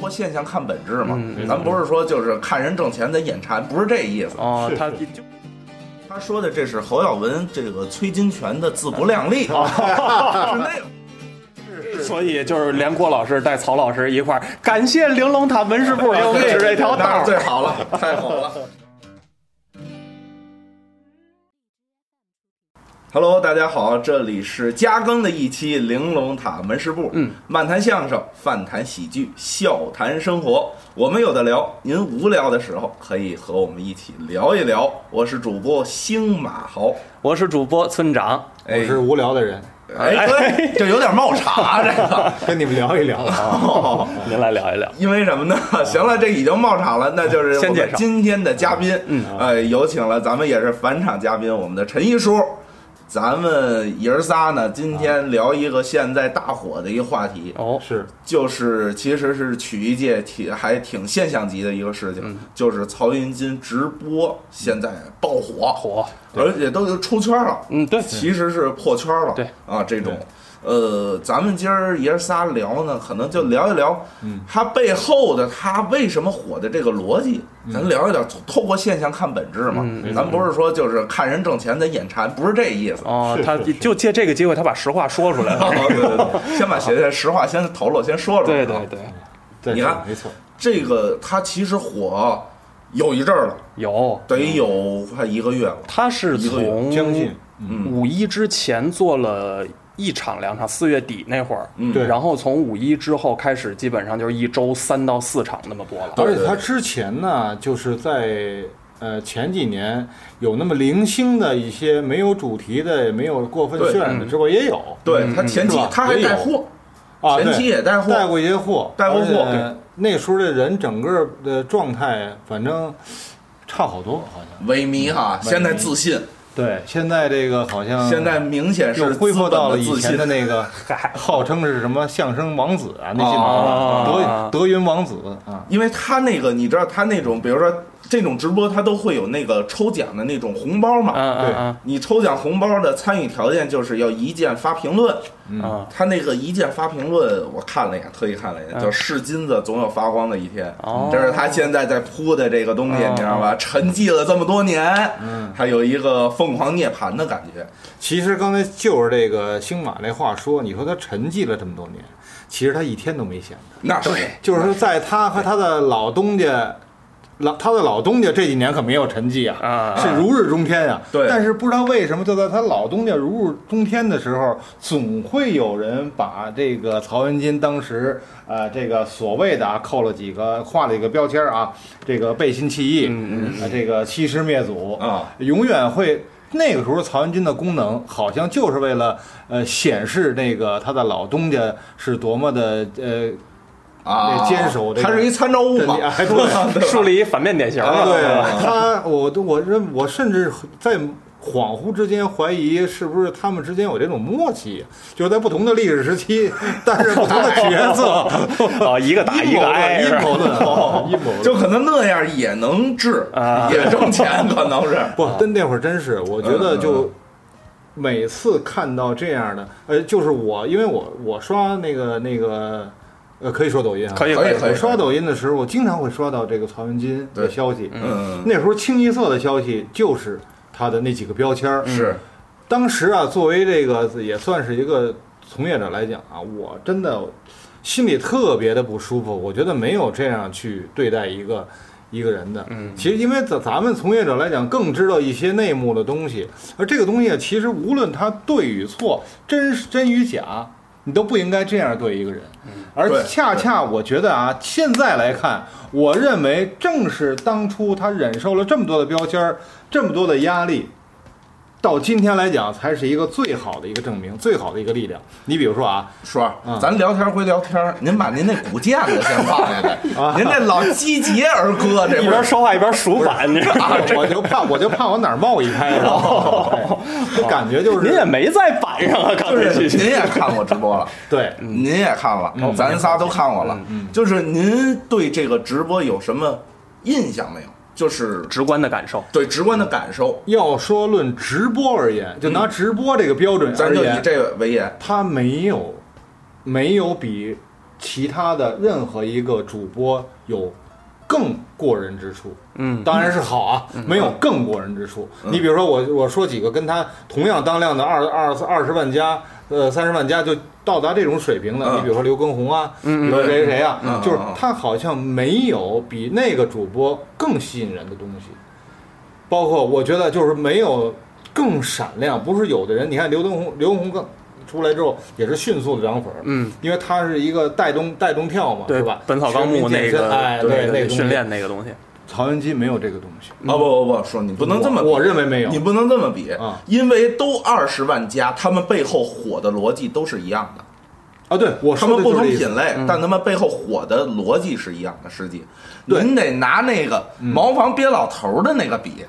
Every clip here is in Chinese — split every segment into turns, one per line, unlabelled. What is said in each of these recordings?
活现象看本质嘛。咱不是说就是看人挣钱咱眼馋，不是这意思。
哦，
是
他
是
就
他说的这是侯耀文这个崔金泉的自不量力，是那个。
所以就是连郭老师带曹老师一块儿，感谢玲珑塔门市部给我们指这条道
那
儿
是。最好 了，太好了。Hello，大家好，这里是加更的一期玲珑塔门市部，
嗯，
漫谈相声，饭谈喜剧，笑谈生活，我们有的聊。您无聊的时候可以和我们一起聊一聊。我是主播星马豪，
我是主播村长，
哎
我是无聊的人，
哎，对，就有点 冒茶这个。
跟你们聊一聊啊。
哦
您来聊一聊。
因为什么呢？行了，这已经冒场了，那就是我
啊先介
们
绍
今天的嘉宾，
嗯
呃，有请了咱们也是返场嘉宾，我们的陈一叔。咱们爷儿仨呢，今天聊一个现在大火的一个话题，
哦，
是
就是其实是曲艺界挺还挺现象级的一个事
嗯
情，就是曹云金直播现在爆火，
火，
而且都出圈了。
嗯，对，
其实是破圈了，
对
啊，这种，呃，咱们今儿爷仨聊呢，可能就聊一聊，嗯，他背后的他为什么火的这个逻辑，咱聊一聊，透过现象看本质嘛，咱不是说就是看人挣钱咱眼馋，不是这意思。
哦，
是
他
是是
就借这个机会，他把实话说出 来了。
对对对，先把鞋鞋实话先透露，先说出来。
对对，对，
对
你看
没错，
这个他其实火有一阵儿了，
有，
得有快一个月了。
他是从
将近嗯
五一之前做了一场两场，四月底那会儿，
嗯
对
然后从五一之后开始，基本上就是一周三到四场那么播了。
对
而且他之前呢，就是在呃前几年有那么零星的一些没有主题的，也没有过分
对
渲染的直播也有
对他前期
是吧
他还
也有
带货，
啊，
前
对
期也带货，
带过一些货，
带过货
而且那时候的人整个的状态，反正差好多，好像。
萎靡哈，
萎靡
现在自信，
对，现在这个好像
现在明显是
嗯又恢复到了
资
以
本的自信
前的 那个，号称是什么相声王子啊，那些
哦
毛病
啊
德德云王子啊，
因为他那个你知道他那种，比如说这种直播，他都会有那个抽奖的那种红包嘛。
嗯
对
嗯
你抽奖红包的参与条件就是要一键发评论，
嗯嗯，
他那个一键发评论我看了一眼，特意看了一眼，
嗯
叫“是金子总有发光的一天”，
哦
这是他现在在铺的这个东西，
哦
你知道吧？沉寂了这么多年，
嗯，
他有一个疯狂涅槃的感觉。
其实刚才就是这个星马那话说，你说他沉寂了这么多年，其实他一天都没闲着，
那是
就是说在他和他的老东家。老他的老东家这几年可没有沉寂啊，
啊
是如日中天啊。
对
但是不知道为什么，就在他老东家如日中天的时候，总会有人把这个曹云金当时呃这个所谓的啊扣了几个画了一个标签啊，这个背信弃义，嗯嗯，这个欺师灭祖
啊，
永远会。那个时候，曹云金的功能好像就是为了，呃，显示那个他的老东家是多么的，呃，
啊，
那坚守这个
他是一参照物
真
嘛
理，哎， 对，
嗯树立一反面典型了。
啊，对他，我都我认，我甚至在恍惚之间怀疑，是不是他们之间有这种默契，就是在不同的历史时期，但是不同的角色，
啊，一 个打一个挨
阴
是吧？
谋论，啊阴谋论，
就可能那样也能治，
啊
也挣钱，可能是。
不，但那会儿真是，我觉得
嗯
就每次看到这样的，呃，就是我，因为我我刷那个那个，呃，可以说抖音啊，
可以
可以
可
可
以，
我刷抖音的时候，我经常会刷到这个曹云金的
对
消息。
嗯，
那时候清一色的消息就是他的那几个标签儿。
嗯
是
当时啊，作为这个也算是一个从业者来讲啊，我真的心里特别的不舒服。我觉得没有这样去对待一个一个人的。嗯，其实因为咱咱们从业者来讲，更知道一些内幕的东西，而这个东西啊其实无论它对与错，真是真与假。你都不应该这样对一个人，而
对
恰恰我觉得啊，现在来看，我认为正是当初他忍受了这么多的标签儿，这么多的压力，到今天来讲，才是一个最好的一个证明，最好的一个力量。你比如说啊，
叔儿
嗯，
咱聊天归聊天，您把您那古剑子先放下来， 您这老击节而歌，这
啊一
不
边
是
说话一边数板，你知道吗？
我我就怕我就怕往哪儿冒一拍，然后哎就感觉就是
您也没在板上啊，刚才
就
去
是您也看过直播了，
对，
嗯
您也看了，咱仨都看过了，就是您对这个直播有什么印象没有？就是
直观的感受。
对直观的感受，
要说论直播而言，就拿直播这个标准
咱
嗯
而
就以
言，
这个为言。
它没有没有比其他的任何一个主播有更过人之处。
嗯，
当然是好啊，没有更过人之处。你比如说我，我说几个跟他同样当量的二二二十万加，呃，三十万加就到达这种水平的。
嗯
你比如说刘畊宏啊，
嗯
比如说谁谁谁啊，
嗯
就是
嗯嗯
他好像没有比那个主播更吸引人的东西。包括我觉得就是没有更闪亮，不是有的人，你看刘畊宏，刘畊宏刚出来之后也是迅速的涨粉儿，
嗯，
因为他是一个带动带动跳嘛，
对
是吧？
本草纲目
全民
那
健身
个，
哎，对，那个
训
东西。
练那个东西，
曹云金没有这个东西，
啊不不不，说你不能这么比，
我我认为没有
你不能这么比
啊，
因为都二十万加，他们背后火的逻辑都是一样的，
啊，对，我
他
说
们
的
不
就是
同
这意思嗯
品类，但他们背后火的逻辑是一样的。实际，
对嗯
您得拿那个茅房憋老头儿的那个 比，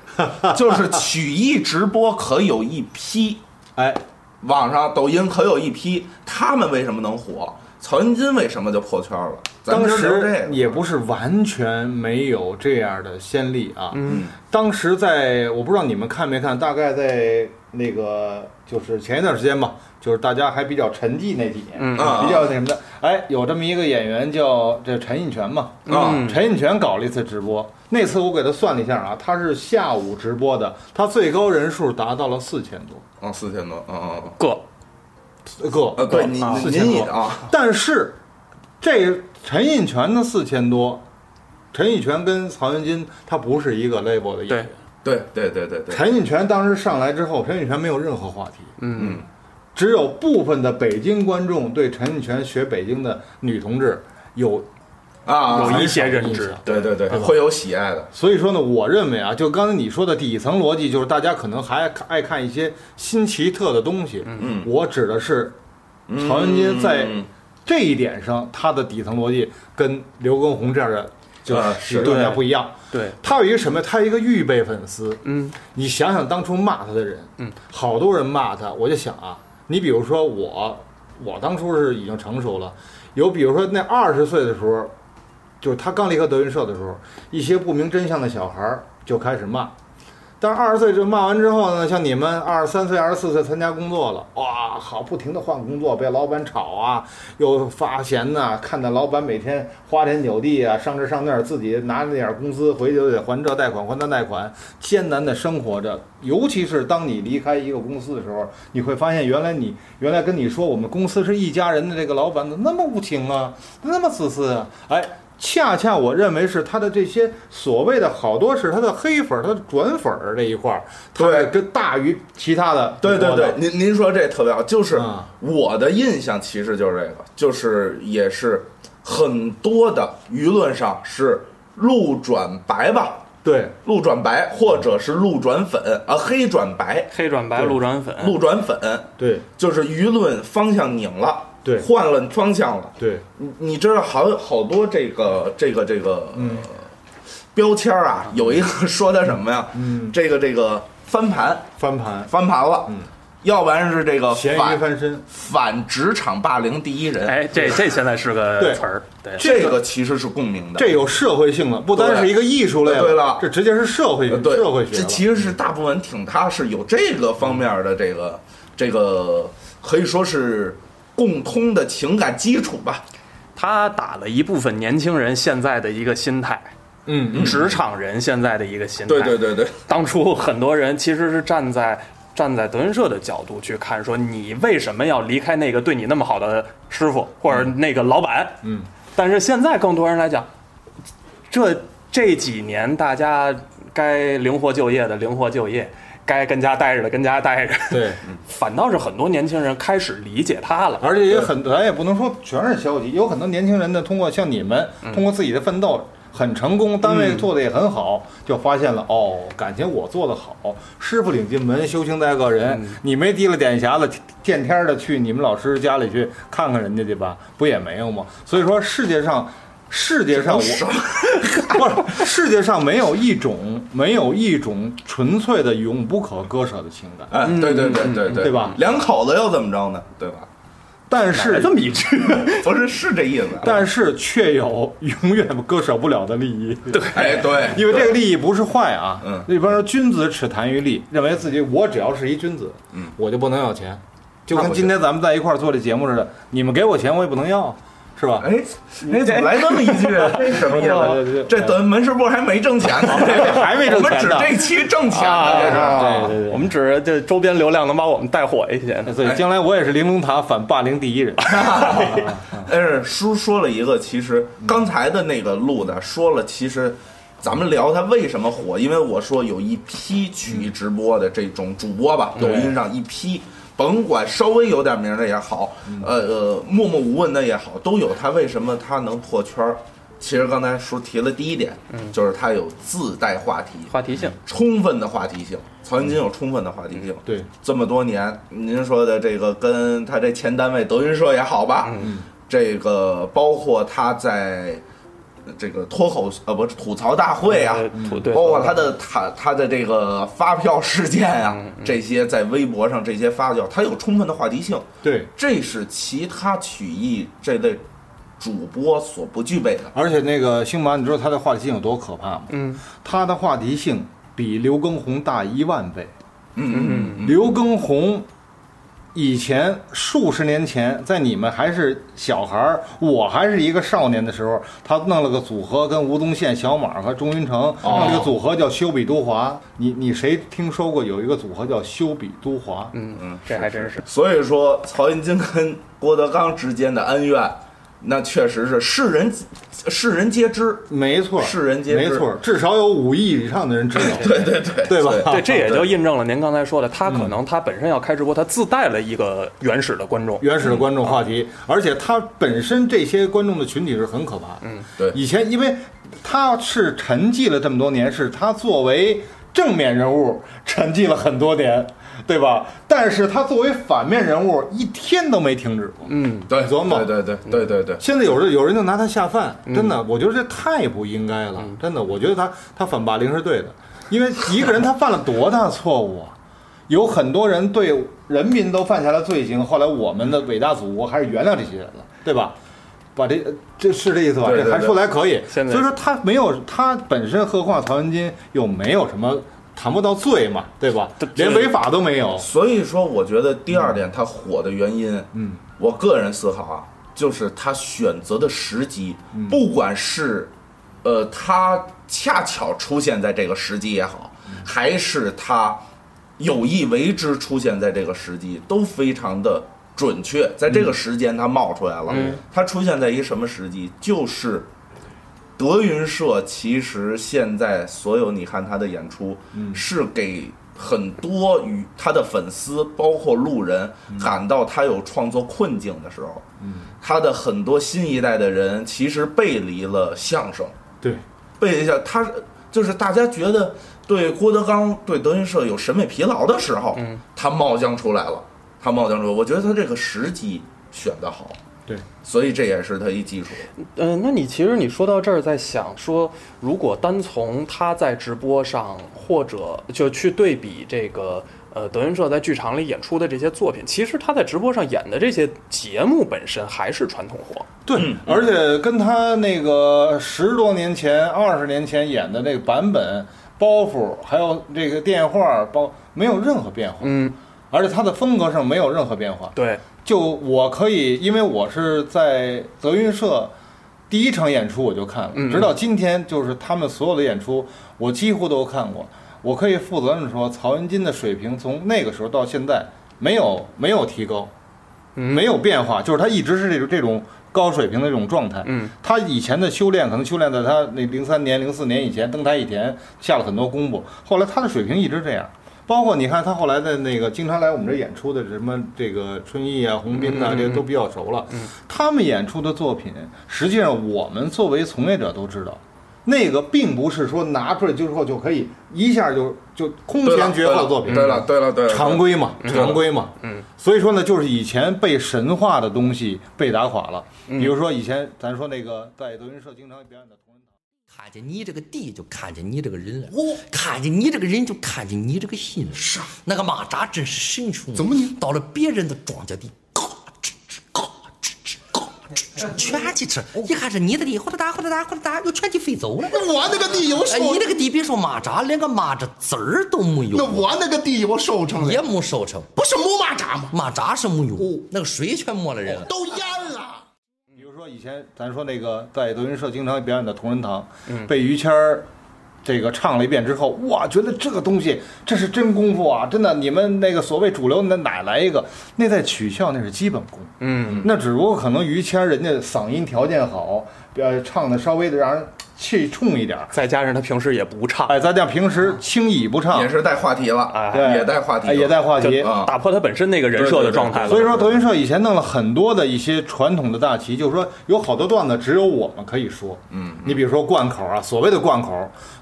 就是曲艺直播可有一批，
哎，
网上抖音可有一批，他们为什么能火？曹云金为什么就破圈了？咱们
当
就聊这
时
个
也不是完全没有这样的先例啊。
嗯，
当时在我不知道你们看没看，大概在那个就是前一段时间吧，就是大家还比较沉寂那几年，
嗯
啊
比较那什么的。哎，有这么一个演员叫这陈印泉嘛，
啊
嗯
陈印泉搞了一次直播，那次我给他算了一下啊，他是下午直播的，他最高人数达到了四千多
啊四千多，啊啊啊
个
个，
呃，对，您
啊
您也
4000多
啊，
但是这陈印泉的四千多，陈印泉跟曹云金他不是一个 label 的演员。
对对对对对，
陈印泉当时上来之后，陈印泉没有任何话题，
嗯，
只有部分的北京观众对陈印泉学北京的女同志有
啊，
有
很
一些
少
认
印
知
象
对对对，
对吧
会有喜爱的，
所以说呢，我认为啊，就刚才你说的底层逻辑，就是大家可能还爱看一些新奇特的东西。
嗯
我指的是曹云金在
嗯
这一点上，他的底层逻辑跟刘畊宏这样的就
啊
是
是
更加不一样。
对，
他有一个什么？他有一个预备粉丝。
嗯，
你想想当初骂他的人，
嗯，
好多人骂他。我就想啊，你比如说我，我当初是已经成熟了，有比如说那二十岁的时候，就是他刚离开德云社的时候，一些不明真相的小孩儿就开始骂。但是二十岁这骂完之后呢，像你们二十三岁、二十四岁参加工作了，哇，好，不停的换工作，被老板炒啊，又发闲呐、看到老板每天花天酒地啊，上这上那儿，自己拿着点工资回去就得还这贷款还那贷款，艰难的生活着。尤其是当你离开一个公司的时候，你会发现原来你原来跟你说我们公司是一家人的这个老板怎么那么无情啊，那么自私啊，哎。恰恰我认为是他的这些所谓的好多是他的黑粉儿、他的转粉儿这一块儿，他
对
跟大于其他的
对对
很多
对
的，
您您说这特别好，就是
嗯
我的印象其实就是这个，就是也是很多的舆论上是路转白吧，
对
路转白，或者是路转粉啊，黑转白，
黑转白，
对
路转粉，
路转粉，
对
就是舆论方向拧了，
对
换了方向了。
对，
你你知道好好多这个这个这个、
嗯
标签儿啊，有一个说的什么呀？
嗯，
这个这个翻盘
翻盘，
翻盘了，
嗯
要不然是这个
咸
反
鱼翻身，
反职场霸凌第一人，
哎，这这现在是个
对
词儿，对，
这个其实是共鸣的。
这有社会性了，不单
对
是一个艺术类
对了
这直接是社会
呃对
社会学
这
了。
其实是大部分挺他是有这个方面的这
嗯
个这个可以说是共通的情感基础吧。
他打了一部分年轻人现在的一个心态，
嗯嗯，
职场人现在的一个心态。
对对对对，
当初很多人其实是站在站在德云社的角度去看，说你为什么要离开那个对你那么好的师傅或者那个老板？
嗯，
但是现在更多人来讲，这这几年大家该灵活就业的灵活就业，该跟家待着的跟家待着，
对，
反倒是很多年轻人开始理解他了。
而且也很，咱也不能说全是消极，有很多年轻人呢，通过像你们，通过自己的奋斗。很成功，单位做的也很好，就发现了哦，感情我做的好，师傅领进门，修行在个人。你没提了点匣子，见天儿的去你们老师家里去看看人家去吧，不也没有吗？所以说世界上，世界上我 不是世界上没有一种没有一种纯粹的永不可割舍的情感，
哎，对对对对对，
嗯对吧
两口子又怎么着呢？对吧？
但
哎
是
这么一句，
不是是这意思啊。
但是却有 永远割舍不了的利益。对，
哎，对，
因为这个利益不是坏啊，
嗯
那边说君子耻谈于利，认为自己我只要是一君子，
嗯，
我就不能要钱，就
那
跟
不
今天咱们在一块儿做这节目似的，你们给我钱我也不能要，是吧？
哎，哎，怎么来这么一句？这什么意
对对
思
对？
这等于门市部还没挣钱呢，
还没挣
我
钱呢
们指这期挣钱
啊
呢，这是。
对对对
我们指着这周边流量能把我们带火一些。
所以将来我也是玲珑塔反霸凌第一人。
但是叔说了一个，其实刚才的那个录的说了，其实咱们聊他为什么火，因为我说有一批曲艺直播的这种主播吧，抖
对
音上一批。甭管稍微有点名儿的也好，呃呃，默默无闻的也好，都有他为什么他能破圈儿？其实刚才叔提了第一点，就是他有自带话题，
话题性，
充分的话题性，曾经有充分的话题性。
嗯对，
这么多年，您说的这个跟他这前单位德云社也好吧，
嗯
这个包括他在呃这个脱口呃不是吐槽大会啊，
呃土对，
包括他的他他的这个发票事件啊，
嗯
这些在微博上这些发酵，他有充分的话题性，
对，
这是其他曲艺这类主播所不具备的。
而且那个星马，你知道他的话题性有多可怕吗？
嗯
他的话题性比刘畊宏大一万倍。
嗯嗯嗯
刘畊宏以前数十年前，在你们还是小孩儿，我还是一个少年的时候，他弄了个组合，跟吴宗宪、小马和钟云成弄
哦
了个组合叫修比都华。你你谁听说过有一个组合叫修比都华？
嗯
嗯，
这还真是。
所以说，曹云金跟郭德纲之间的恩怨，那确实是世人世人皆知。
没错，
世人皆
没
知
错，至少有五亿以上的人知道，
对对对，
对吧？
啊对，这嗯也就印证了您刚才说的，他可能他本身要开直播，他自带了一个原始的观众。
原始的观众话题，而且他本身这些观众的群体是很可怕。嗯，
对
以前因为他是沉寂了这么多年，是他作为正面人物沉寂了很多年，对吧？但是他作为反面人物一天都没停止过。
嗯，
对
琢磨
对对对对对对，
现在有人有人就拿他下饭，
嗯
真的，我觉得这太不应该了。真的，我觉得他他反霸凌是对的，因为一个人他犯了多大错误啊？ 有很多人对人民都犯下了罪行，后来我们的伟大祖国还是原谅这些人了，对吧？把这这是这意思吧？
对对
这还
对
说来可以，所
现在
以说他没有他本身，何况曹云金又没有什么谈不到罪嘛，对吧？连违法都没有。
所以说，我觉得第二点他火的原因，
嗯，
我个人思考啊，就是他选择的时机，不管是呃他恰巧出现在这个时机也好，还是他有意为之出现在这个时机，都非常的准确，在这个时间他冒出来了，他出现在一什么时机？就是德云社其实现在所有你看他的演出，是给很多与他的粉丝，包括路人，感到他有创作困境的时候，他的很多新一代的人其实背离了相声，
对，
背离一下他就是大家觉得对郭德纲、对德云社有审美疲劳的时候，
嗯
他冒将出来了，他冒将出来，我觉得他这个时机选得好，
对，
所以这也是他一基础。
呃，那你其实你说到这儿，在想说，如果单从他在直播上，或者就去对比这个呃德云社在剧场里演出的这些作品，其实他在直播上演的这些节目本身还是传统活。
对，而且跟他那个十多年前、二十年前演的那个版本、包袱，还有这个电话包，没有任何变化，
嗯，
而且他的风格上没有任何变化。
对，
就我可以，因为我是在德云社第一场演出我就看了，
嗯
直到今天，就是他们所有的演出，我几乎都看过。我可以负责任地说，曹云金的水平从那个时候到现在没有没有提高，没有变化，就是他一直是这种这种高水平的这种状态。
嗯，
他以前的修炼可能修炼在他那零三年、零四年以前登台以前下了很多功夫，后来他的水平一直这样。包括你看他后来的那个经常来我们这演出的什么这个春意啊、红
嗯
兵啊，这些都比较熟了。他们演出的作品，实际上我们作为从业者都知道，那个并不是说拿出来之后就可以一下就就空
对了
前绝后的作品。
对了对了对了，对了
常规嘛，常规嘛，
嗯，
所以说呢，就是以前被神化的东西被打垮了，
嗯
比如说以前咱说那个在德云社经常表演的同仁堂，
看见你这个地，就看见你这个人了；啊
哦
看见你这个人，就看见你这个心了。是啊，那个蚂蚱真是神奇。怎么呢？到了别人的庄稼地，嘎吱吱，嘎吱吱，嘎
哦
吱吱，全去吃。一看是你的地，呼哒哒呼哒哒呼哒哒，又全去飞走了。
我那个地有
哎，
收，
你那个地别说蚂蚱，连个蚂蚱籽儿都没
那
有，
我那个地有收成
也
了，
没收成。
不是木蚂蚱吗？哦
蚂蚱是没有，那个水全没了人了。
都淹了。
比如说以前咱说那个在德云社经常表演的同仁堂，
嗯
被于谦儿这个唱了一遍之后，哇，觉得这个东西这是真功夫啊！真的，你们那个所谓主流那哪来一个？那在取笑那是基本功，
嗯，
那只不过可能于谦儿人家嗓音条件好，呃，唱的稍微的让人气冲一点儿。
再加上他平时也不唱，
哎，咱俩平时轻易不唱，
也是带话题了，
哎，
对
也带话题
啊哎
了，
也带话
就
题。
啊
打破他本身那个人设的状态了。
所以说，德云社以前弄了很多的一些传统的大旗，就是说有好多段子只有我们可以说。嗯，你比如说贯口啊，所谓的贯口，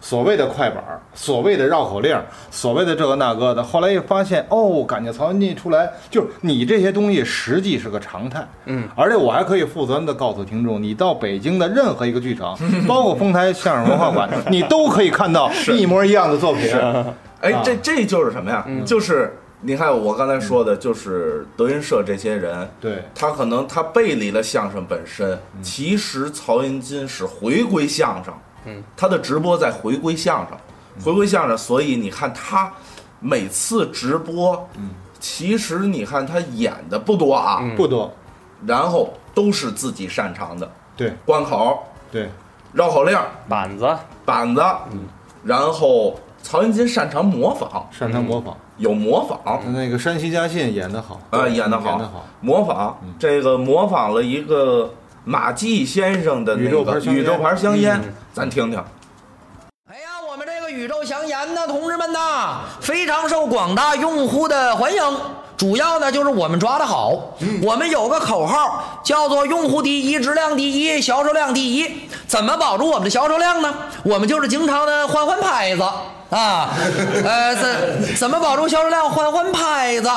所谓的快板，所谓的绕口令，所谓的这个那个的。后来又发现，哦，感觉曹云金出来，就是你这些东西实际是个常态。嗯，而且我还可以负责任的告诉听众，你到北京的任何一个剧场，包括丰台相声文化馆，你都可以看到一模一样的作品。啊
哎，这这就是什么呀？就是你看我刚才说的，就是德云社这些人，
对，
他可能他背离了相声本身，其实曹云金是回归相声，嗯，他的直播在回归相声，回归相声，所以你看他每次直播，嗯，其实你看他演的不多啊，
不多。
然后都是自己擅长的
对
关口、
对，
绕口令、
板子，
板子，然后曹云金擅长模仿，
擅长模仿。
有模仿，
那个山西嘉信演得好
啊，演得
嗯演
好，
得好。嗯
模仿这个模仿了一个马季先生的那
宇宙
个
牌香烟嗯
宇宙牌香烟，咱听听。
哎呀，我们这个宇宙祥言呢，同志们呐，非常受广大用户的欢迎。主要呢就是我们抓的好，我们有个口号叫做“用户第一，质量第一，销售量第一”。怎么保住我们的销售量呢？我们就是经常的换换拍子啊，呃，怎怎么保住销售量？换换拍子。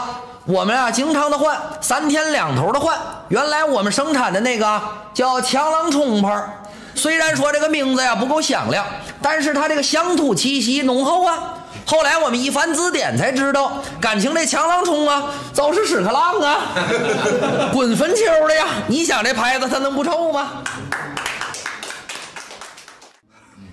我们啊，经常的换，三天两头的换。原来我们生产的那个啊叫强狼冲泡儿，虽然说这个名字呀不够响亮，但是它这个乡土气息浓厚啊。后来我们一翻字典才知道，感情这强浪冲啊，早是屎壳郎啊， 滚坟丘的呀！你想这牌子它能不臭吗？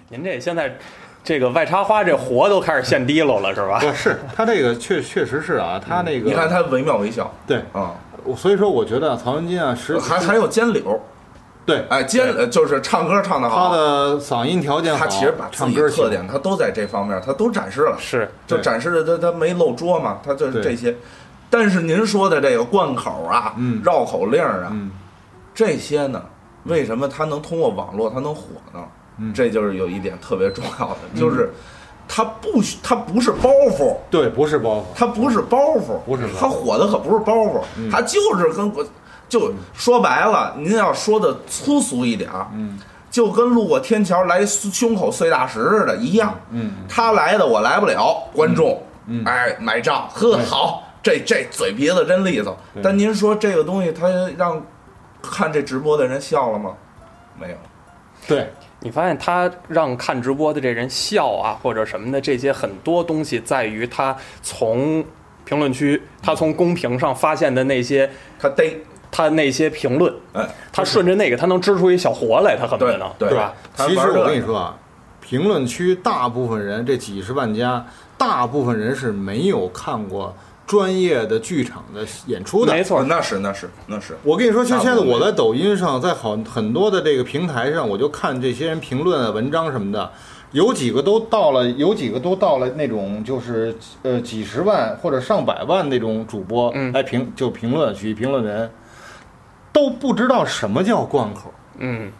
您这现在这个外插花这活都开始现滴漏了是吧？
不是，他这个确确实是啊，他那
嗯
个
你看他惟妙惟肖
对，
啊，
我所以说我觉得啊曹云金啊，实
哦还还有尖柳，
对
哎，尖呃就是唱歌唱得
他
好，
的嗓音条件好，
他其实把自
唱
己
歌
的特
行
点他都在这方面，他都展示了，
是
就
对
展示的他他没露拙嘛，他就是
对
这些。但是您说的这个贯口啊
嗯，
绕口令啊，
嗯
这些呢，为什么它能通过网络它能火呢？
嗯
这就是有一点特别重要的，就是它不需它不是包袱，
对，不是包袱，
它不是包袱，
不是包袱嗯
它火的可不是包袱，它就是跟国就说白了，您要说的粗俗一点儿，
嗯
就跟路过天桥来胸口碎大石似的一样，
嗯，
他来的我来不了，观众，
嗯嗯
哎，买账，呵，好，这这嘴皮子真利索。
对
但您说这个东西，他让看这直播的人笑了吗？没有，
对，
你发现他让看直播的这人笑啊，或者什么的，这些很多东西在于他从评论区，他从公屏上发现的那些
他逮，
他那些评论，
哎，
他顺着那个他能织出一小活来，他恨不
对
得能，
对
是吧？？
他
其
玩
实
这
我
个
跟你，说啊，评论区大部分人这几十万家，大部分人是没有看过专业的剧场的演出的，
没错，
那是那是那是，
我跟你说，就现在
大部分
我在抖音上，在好很多的这个平台上，我就看这些人评论啊、文章什么的，有几个都到了，有几个都到了那种就是呃几十万或者上百万那种主播
嗯
来评就评论区评论人，都不知道什么叫贯口，
嗯，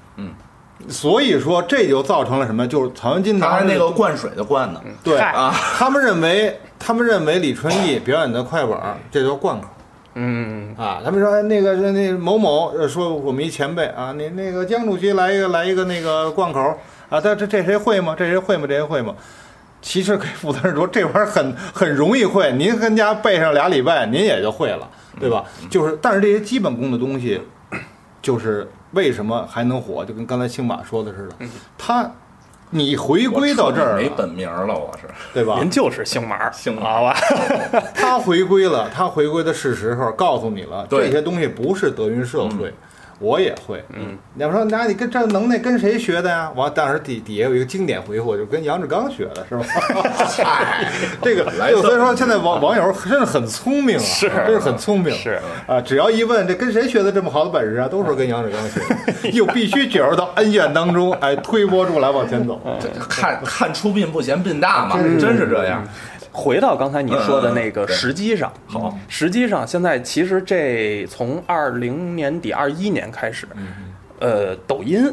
所以说这就造成了什么？就是曹云金
他
拿
还
着
那个灌水的灌呢，
对
嗨
啊
他们认为他们认为李春毅表演的快板儿，这叫贯口。
嗯，
啊，他们说哎那个那那某某呃说我们一前辈啊，那那个江主席来一个来一个那个贯口啊，他这这谁会吗？这谁会吗？这谁会吗？其实给负责任说，这玩意儿很很容易会，您跟家背上俩礼拜，您也就会了，对吧？
嗯
就是，但是这些基本功的东西，就是为什么还能火，就跟刚才星马说的似的，他你回
嗯我
归到这
彻底
儿
没
了，
本名了，我是
对吧？
您啊就是姓马，
姓马
好吧？
他回归了，他回归的是时候，告诉你了，
对
这些东西不是德云社会。我也会。嗯，要不说那你跟这能耐跟谁学的呀？完，当时底底下有一个经典回复，就跟杨志刚学的，是吧？这个，
来
哎呦所以说现在网网友真是很聪明啊，
是
真是很聪明，
是
啊，只要一问这跟谁学的这么好的本事啊，都说跟杨志刚学的，又必须卷入到恩怨当中，哎，推波助澜往前走。
这看看出病不嫌病大嘛，真是这样。
回到刚才你说的那个
嗯对嗯
时机上，好，时机上现在其实这从二零年底二一年开始，呃，抖音。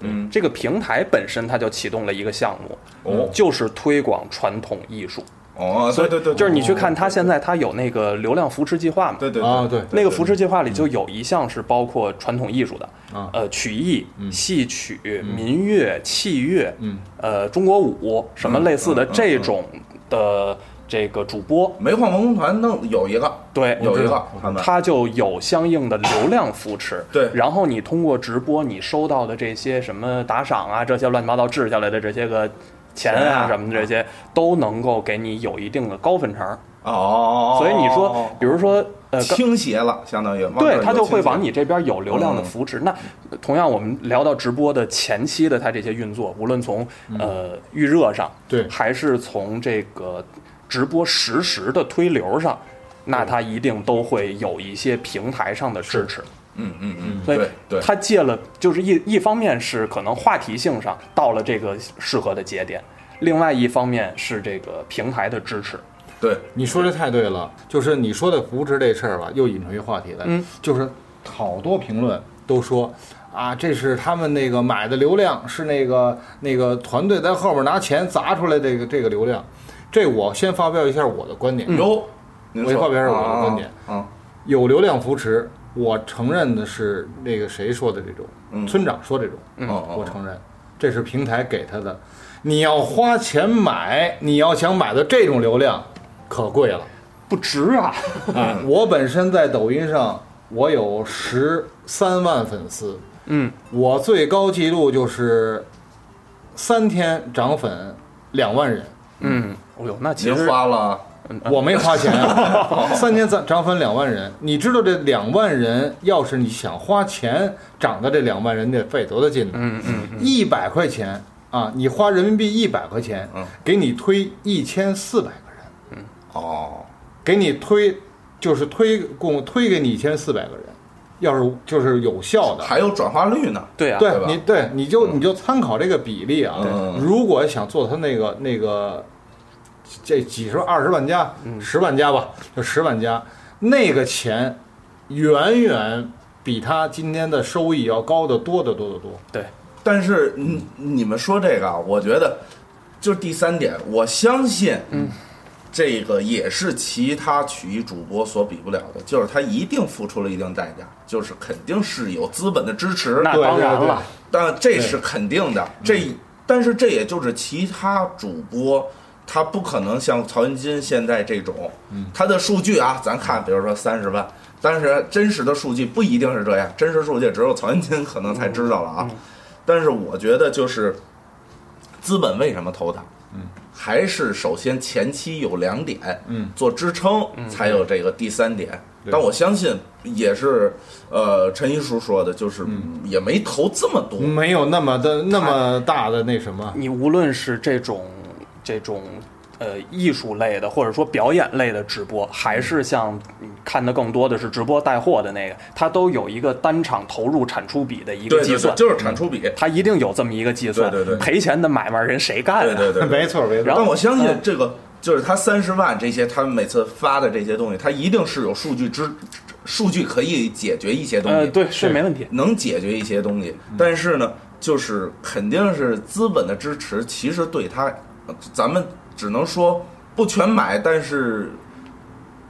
嗯，
这个平台本身它就启动了一个项目，
哦
就是推广传统艺术。
哦，对对对，
就是你去看它现在它有那个流量扶持计划嘛，
对，对对
啊，对，
那个扶持计划里就有一项是包括传统艺术的，
嗯
啊
呃，曲艺、戏曲、民乐、器乐，
嗯，
呃，中国舞什
嗯
么类似的这种的这个主播，
煤矿文工团弄有一个，
对，
有一
这
个
个
他们
它就有相应的流量扶持。
对
然后你通过直播，你收到的这些什么打赏啊，这些乱七八糟掷下来的这些个钱
钱
啊
啊
什么的这些，都能够给你有一定的高分成。
哦，
所以你说，比如说呃。刚
倾斜了，相当于往这
对
儿
它就会
倾斜
往你这边有流量的扶持。那同样，我们聊到直播的前期的它这些运作，无论从呃预热上，
对
还是从这个直播实时的推流上，那它一定都会有一些平台上的支持。
嗯嗯嗯，
所以
对对，
它借了，就是一一方面是可能话题性上到了这个适合的节点，另外一方面是这个平台的支持。
对
你说的太对了，就是你说的扶持这事儿吧，又引出一话题来，就是好多评论都说啊，这是他们那个买的流量，是那个那个团队在后面拿钱砸出来这个这个流量。这我先发表一下我的观点，
有，您
我
说
发表一下我的观点，
啊
有流量扶持，我承认的是那个谁说的这种，村长说这种，
嗯嗯
我承认，这是平台给他的。你要花钱买，你要想买到这种流量，可贵了。
不值 啊！
啊，我本身在抖音上，我有十三万粉丝，
嗯，
我最高记录就是三天涨粉两万人，
嗯，哦呦，那其
您
实
花了
我没花钱 啊，三天涨涨粉两万人，你知道这两万人要是你想花钱涨的这两万人得费多大劲呢？嗯嗯，一百块钱啊，你花人民币一百块钱，给你推一千四百个人。嗯
哦，
给你推，就是推共推给你一千四百个人，要是就是有效的，
还有转化率呢，
对啊，
对
对吧
你对你就你就参考这个比例啊。
嗯
如果想做他那个那个这几十二十万加
嗯
十万加吧，就十万加，那个钱远远比他今天的收益要高得多得多得多。
对，
但是你你们说这个啊，我觉得就是第三点，我相信，嗯，这个也是其他曲艺主播所比不了的，就是他一定付出了一定代价，就是肯定是有资本的支持，
那
对
当然了，
但这是肯定的，这但是这也就是其他主播。他不可能像曹云金现在这种，他的数据啊，咱看，比如说三十万，但是真实的数据不一定是这样，真实数据只有曹云金可能才知道了啊。但是我觉得就是资本为什么投它，嗯，还是首先前期有两点，
嗯，
做支撑，才有这个第三点。
对
但我相信也是，呃，陈一叔说的，就是也没投这么多，
没有那么的那么大的那什么，
你无论是这种这种呃艺术类的，或者说表演类的直播，
嗯
还是像你看的更多的是直播带货的那个，它都有一个单场投入产出比的一
对对
个计
对，
算，嗯
就是产出比，
它一定有这么一个计算。
对对对
赔钱的买卖人谁干、啊？
对对对，
没错没错。
但我相信这个就是他三十万这些，他们每次发的这些东西，他一定是有数据支，数据可以解决一些东西，
呃，对，是没问题。
能解决一些东西。但是呢，就是肯定是资本的支持，其实对他，呃咱们只能说不全买，但是。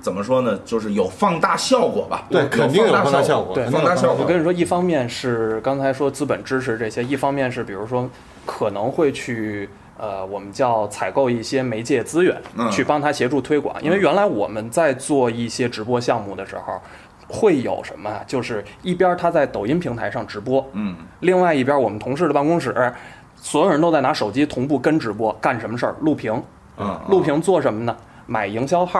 怎么说呢？就是有放大效果吧。
对肯定有
放
放大
效
效果
对
放大效
我
果
跟。你说，一方面是刚才说资本支持这些，一方面是比如说可能会去呃，我们叫采购一些媒介资源，
嗯
去帮他协助推广。因为原来我们在做一些直播项目的时候。会有什么啊？就是一边他在抖音平台上直播，
嗯，
另外一边我们同事的办公室，所有人都在拿手机同步跟直播，干什么事儿？录屏，
嗯，
录屏做什么呢？买营销号，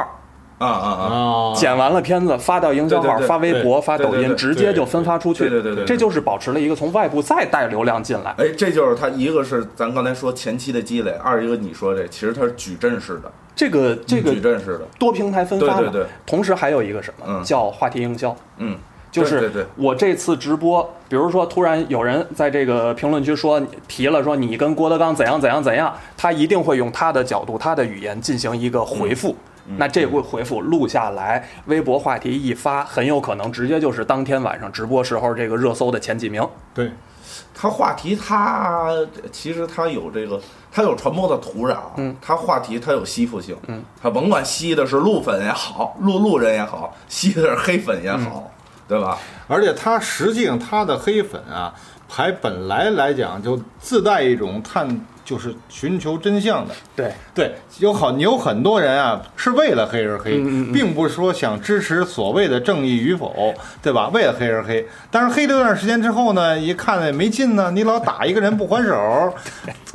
啊啊啊！
啊，
剪完了片子发到营销
对
号、
对对
发微博、
对
发抖
对对
音，
对
直接就分发出去。
对对对对对
这就是保持了一个从外部再带流量进来。
哎，这就是他一个是咱刚才说前期的积累，二一个你说这其实它是矩阵式的，嗯
这个这个
矩阵式的，
多平台分发嘛。
对对对
同时还有一个什么、
嗯
叫话题营销，
嗯，
就
对对
是
对
我这次直播，比如说突然有人在这个评论区说提了说你跟郭德纲怎样怎样怎样，他一定会用他的角度、他的语言进行一个回复。
嗯
那这个回复录下来，微博话题一发，很有可能直接就是当天晚上直播时候这个热搜的前几名。
对，
它话题它其实它有这个，它有传播的土壤，嗯，它话题它有吸附性，嗯，它甭管吸的是路粉也好，路路人也好，吸的是黑粉也好，对吧？
而且它实际上它的黑粉啊，还本来来讲就自带一种探，就是寻求真相的。
对，
对，有很有很多人啊，是为了黑而黑，并不是说想支持所谓的正义与否，对吧？为了黑而黑，但是黑了一段时间之后呢，一看呢没劲呢，你老打一个人不还手，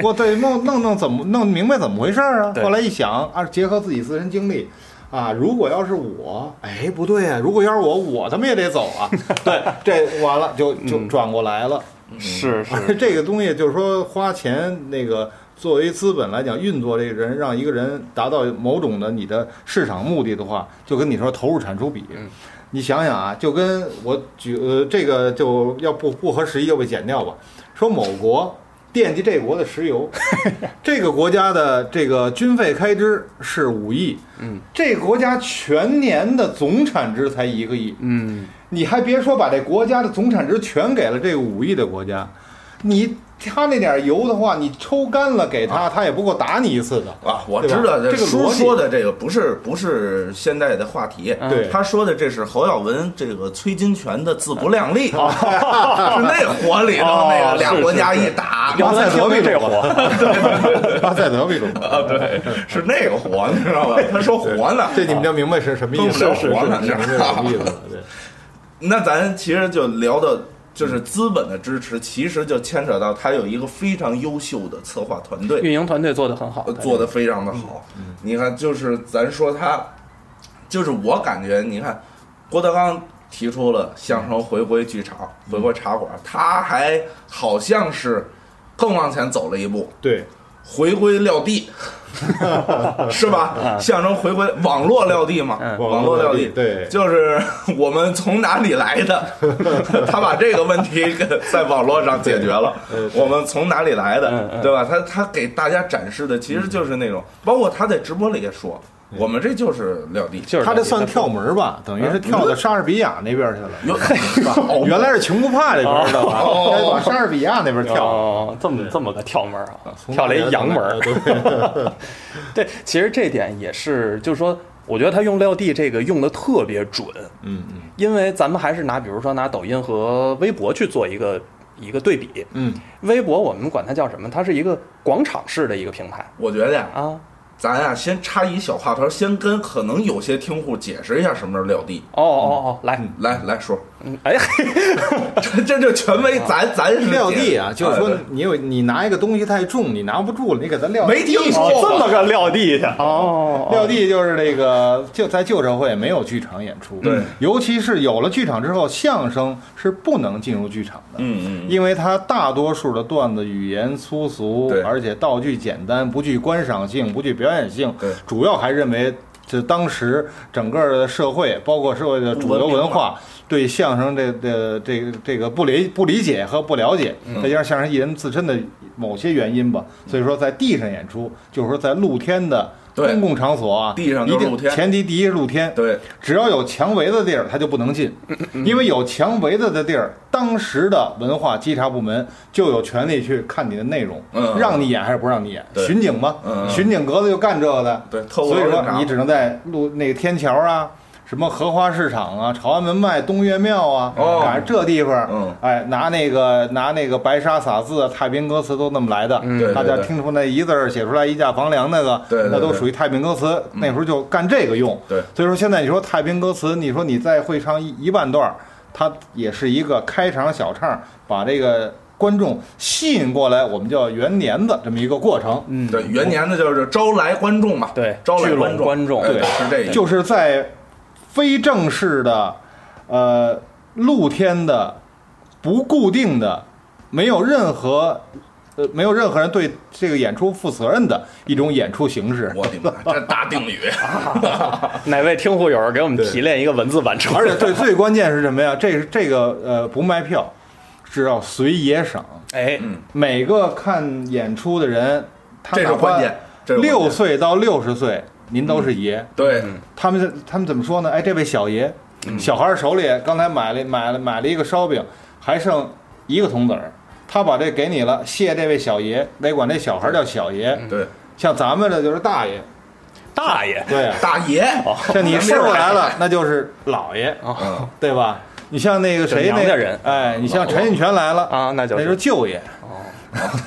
我得弄弄弄怎么弄明白怎么回事儿啊？
对
后来一想啊，结合自己自身经历。啊，如果要是我，哎，不对啊！如果要是我，我他妈也得走啊！对，这完了就就转过来了。
嗯是是
而 这个东西就是说，花钱那个作为资本来讲运作这个人，让一个人达到某种的你的市场目的的话，就跟你说投入产出比。你想想啊，就跟我举呃这个就要不不合时宜就被剪掉吧。说某国惦记这国的石油，这个国家的这个军费开支是五亿，嗯，这国家全年的总产值才一个亿，
嗯，
你还别说，把这国家的总产值全给了这个五亿的国家，你他那点油的话，你抽干了给他，他也不够打你一次的。
啊，我
对吧
知道
这个
书
逻辑
说的这个不是不是现在的话题，
对
他说的这是侯耀文这个崔金泉的自不量力，是那火里头那个俩国家一打，
要
巴塞德为
这
主
火，
巴塞德为主，
啊，对，是那个火，你知道吧？他说火呢，
这你们就明 白是什么意思了，
是是是
我们
是
明白什么意思了。对，
那咱其实就聊到，就是资本的支持，其实就牵扯到他有一个非常优秀的策划团队，
运营团队做得很好
呃，做得非常的好。你看，就是咱说他，就是我感觉，你看郭德纲提出了相声回归剧场、回归茶馆，他还好像是更往前走了一步，
对，
回归撂地，是吧？象征回归网络撂地嘛，网络撂地，
嗯网络撂地对
就是我们从哪里来的？他把这个问题给在网络上解决了，我们从哪里来
嗯
的，对吧？他他给大家展示的其实就是那种，包括他在直播里也说，我们这就是撂地，
就是
嗯他这算跳门吧，等于是跳到莎士比亚那边去了。
哟是 吧哦
原来是穷不怕这边的吧，
哦
该往莎士比亚那边跳，
哦，这么这么个跳门儿啊，
从
跳了
那
一
边
洋门儿。
对，
对，其实这点也是，就是说，我觉得他用撂地这个用的特别准，
嗯嗯
因为咱们还是拿，比如说拿抖音和微博去做一个一个对比。
嗯，
微博我们管它叫什么？它是一个广场式的一个平台
我觉得呀，
啊。
咱呀先插一小话头，先跟可能有些听户解释一下什么是撂地。
哦
嗯
哦哦，来，
来来说，
嗯哎，
这这就权威，咱咱是
撂地啊，
解
就是
哎
说
对
你有你拿一个东西太重，你拿不住了，你给它撂地
没听说
哦
过
这么个撂地去哦，
撂地就是那个，就在旧社会没有剧场演出，
对
尤其是有了剧场之后，相声是不能进入剧场的，
嗯嗯，
因为它大多数的段子语言粗俗
对，
而且道具简单，不具观赏性，不具表演性
对，
主要还认为。就当时整个的社会，包括社会的主
文
流
明
文
化
化，对相声这的这个这个不理不理解和不了解，
嗯
再加上相声艺人自身的某些原因吧，所以说在地上演出，就是说在露天的
对
公共场所啊，
地上
一
就是
定
露天
前提第一是露天，，
对，
只要有墙围子的地儿，它就不能进，因为有墙围子的地儿，当时的文化稽查部门就有权利去看你的内容，
嗯
让你演还是不让你演，
对
巡警嘛，
嗯嗯
巡警格子就干这个的，
对特务
所以
老
说
警察
你只能在路那个天桥啊。什么荷花市场啊，朝安门外、东岳庙啊，
哦
赶上这地方，
嗯
哎，拿那个拿那个白沙撒字、啊太平歌词都那么来的，
嗯对
大
对
家
对
听出那一字儿写出来一架房梁那个，
对对
那都
对嗯
属于太平歌词，那时候就干这个用，
对
所以说现在你说太平歌词，你说你再会唱一一万段儿，它也是一个开场小唱，把这个观众吸引过来，我们叫元年的这么一个过程。嗯，
对，元年的就是招来观众嘛，
对
招来
聚拢
观众，
观众
哎
对
是这意思，
就是在非正式的、呃露天的、不固定的、没有任何呃没有任何人对这个演出负责任的一种演出形式。
我的妈，这大定语，
嗯
哪位听户友给我们提炼一个文字版出来？
而且最最关键是什么呀？这这个呃不卖票，是要随爷赏。
哎，
嗯每个看演出的人，他
这是
哪怕
关键这是关键嗯
六岁到六十岁，您都是爷。
对，
他们他们怎么说呢？哎，这位小爷，
嗯
小孩手里刚才买了买了买了一个烧饼，还剩一个铜子儿，他把这给你了，谢这位小爷，得管这小孩叫小爷。
对，
像咱们这就是大爷，
大爷，
对呀、
大爷，
像哦你师傅来了，那就是老爷，
嗯，
对吧？你像那个谁
就
那
娘家人
哎，你像陈印泉来了
啊那就是
那是舅爷。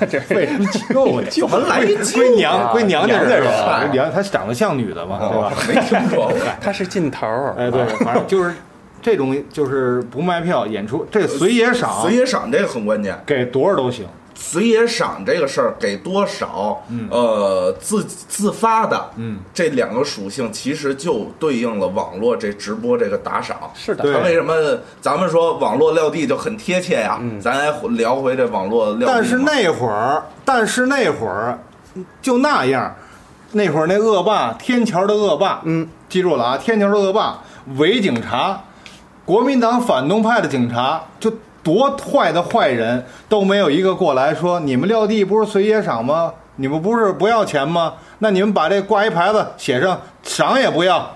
这
为什么舅爷？
怎么来一舅
归娘归娘家
娘家
人
人
吧？娘，她长得像女的嘛，对吧？
没听说过，
他是劲头儿，
哎，对，反正就是这种，就是不卖票演出，这随也赏，
随爷赏这个很关键，
给多少都行。
随爷赏这个事儿给多少，
嗯
呃，自自发的，嗯，这两个属性其实就对应了网络这直播这个打赏。
是的
对
他为什么咱们说网络撂地就很贴切呀？咱来聊回这网络撂地嘛。
嗯但是那会儿，但是那会儿就那样，那会儿那恶霸，天桥的恶霸，嗯，记住了啊，天桥的恶霸伪警察，国民党反动派的警察，就多坏的坏人都没有一个过来说，你们撂地不是随爷赏吗？你们不是不要钱吗？那你们把这挂一牌子，写上赏也不要。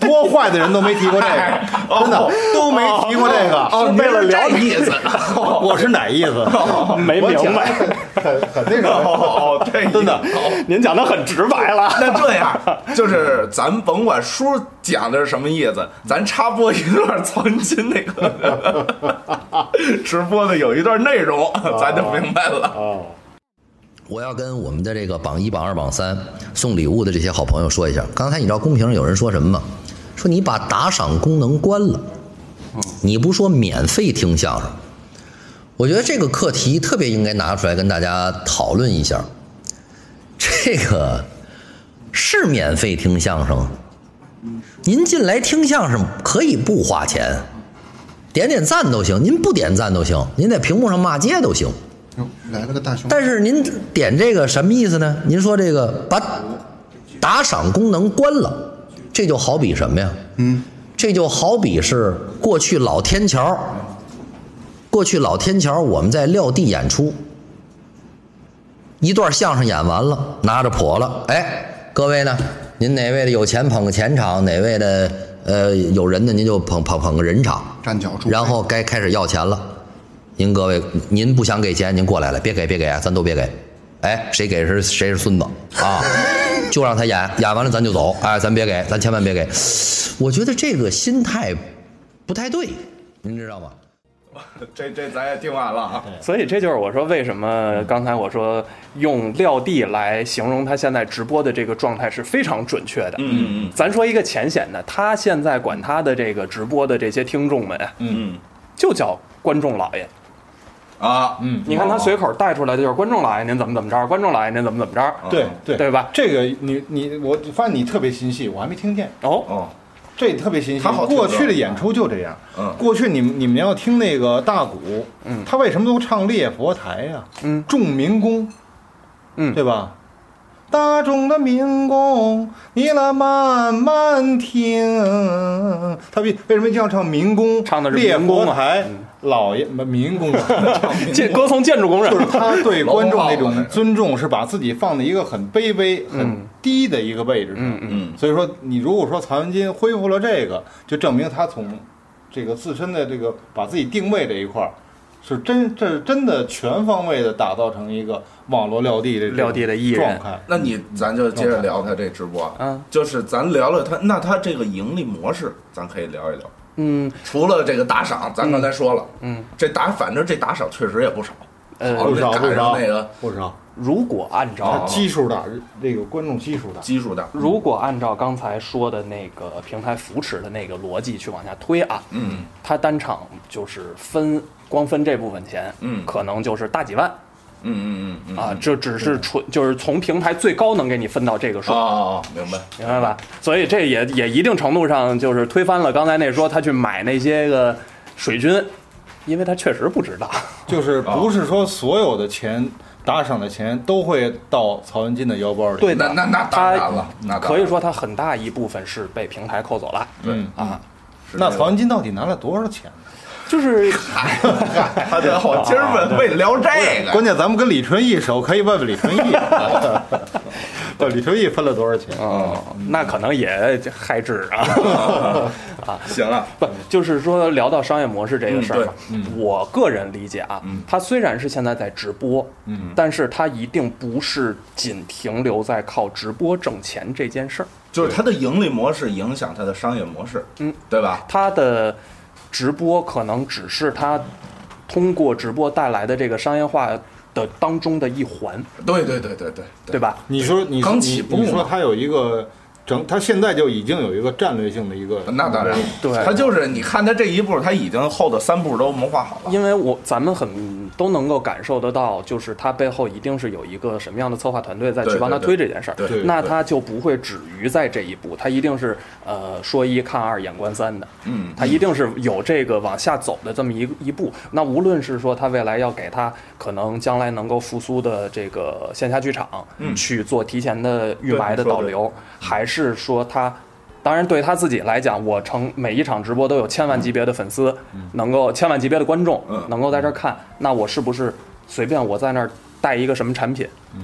多坏的人都没提过这个，真的都没提过这个。
哦是为了聊意思，
我是哪意思？
没
我
明
讲
白，
很很那什么，
哦，这意思
真的。
您讲的很直白 了。
那这样，就是咱甭管书讲的是什么意思，咱插播一段曾经那个直播的有一段内容，咱就明白了。
我要跟我们的这个榜一、榜二、榜三送礼物的这些好朋友说一下，刚才你知道公屏上有人说什么吗？说你把打赏功能关了，你不说免费听相声，我觉得这个课题特别应该拿出来跟大家讨论一下。这个是免费听相声，您进来听相声可以不花钱，点点赞都行，您不点赞都行，您在屏幕上骂街都行。
哟来了个大熊猫，
但是您点这个什么意思呢？您说这个把打赏功能关了，这就好比什么呀？嗯，这就好比是过去老天桥，过去老天桥我们在撂地演出，一段相声演完了，拿着谱了，哎，各位呢？您哪位的有钱捧个钱场，哪位的呃有人的您就捧捧捧个人场，
站脚处，
然后该开始要钱了。您各位，您不想给钱，您过来了，别给，别给啊，咱都别给。哎，谁给是谁是孙子啊？ 就让他演，演完了咱就走。哎，咱别给，咱千万别给。我觉得这个心态不太对，您知道吗？
这这咱也听完了啊，
所以这就是我说为什么刚才我说用撂地来形容他现在直播的这个状态是非常准确的。
嗯嗯
咱说一个浅显的，他现在管他的这个直播的这些听众们，
嗯
就叫观众老爷。
嗯啊，嗯，
你看他随口带出来的就是观众老爷，您怎么怎么着，观众老爷您怎么怎么着，
对哦对
对吧
这个你你我发现你特别心细，我还没听见，
哦，
哦，
这特别心细
他好。听
过
歌
去的演出就这样，
嗯
过去你们你们要听那个大鼓，嗯，他为什么都唱列佛台呀、
嗯，
众民工，
嗯
对吧？大众的民工，你来慢慢听。他为为什么一定要唱民工？
唱的是
列
民工
佛
啊
台，老爷不民工啊，
建歌颂建筑工人
就是他对观众那
老公
种
号
尊重，是把自己放在一个很卑微、很低的一个位置上。
嗯
嗯
所以说，你如果说曹云金恢复了这个，就证明他从这个自身的这个把自己定位这一块儿，是真这是真的全方位的打造成一个网络撂地的这种
撂地的艺人
状态。
那你咱就接着聊他这直播，啊
嗯，
就是咱聊聊他，那他这个盈利模式，咱可以聊一聊。
嗯，
除了这个打赏，咱刚才说了，
嗯嗯，
这打反正这打赏确实也不少，
呃
好
不少
得
不
赶
少
上那个
不少，
如果按
他
照
基数大，这个观众基数大。
基数嗯大，
如果按照刚才说的那个平台扶持的那个逻辑去往下推啊，
嗯，
他单场就是分光分这部分钱，
嗯
可能就是大几万
嗯嗯嗯嗯
啊，这只是纯就是从平台最高能给你分到这个数
哦。哦哦，明白。
明白吧？所以这也也一定程度上就是推翻了刚才那说他去买那些个水军，因为他确实不知 道。
就是不是说所有的钱打赏的钱都会到曹文金的腰包里？
对
那
的，
那那当
他
然了那当然
可以说他很大一部分是被平台扣走了。
嗯，
啊，
是
那
这
曹
个
文金到底拿了多少钱呢？
就是
他家伙，今儿问为聊这个，
啊 关键咱们跟李春义熟，可以问问李 春义，到李春义分了多少钱？
哦， 那可能也嗨制啊。
行了，
不，就是说聊到商业模式这个事儿嘛，我个人理解啊，它虽然是现在在直播，嗯，但是它一定不是仅停留在靠直播挣钱这件事儿，
就是他的盈利模式影响他的商业模式，
嗯，
对吧？
它的直播可能只是它通过直播带来的这个商业化的当中的一环，
对对对对对
对吧？
你说你
刚起步嘛
你你说他有一个整，他现在就已经有一个战略性的一个，
那当然，
对
他就是你看他这一步，他已经后头三步都谋划好了。
因为我咱们很都能够感受得到，就是它背后一定是有一个什么样的策划团队在去
对
帮他
对
推这件事儿
对
对，
那
对
他就不会止于在这一步，他一定是呃说一看二眼观三的，
嗯，
他一定是有这个往下走的这么一一步。那无论是说他未来要给他可能将来能够复苏的这个线下剧场，
嗯
去做提前的预埋的
对你说嗯
导
得
流，还是说他。当然，对他自己来讲，我成每一场直播都有千万级别的粉丝，能够千万级别的观众
嗯
能够在这儿看，那我是不是随便我在那儿带一个什么产品，
嗯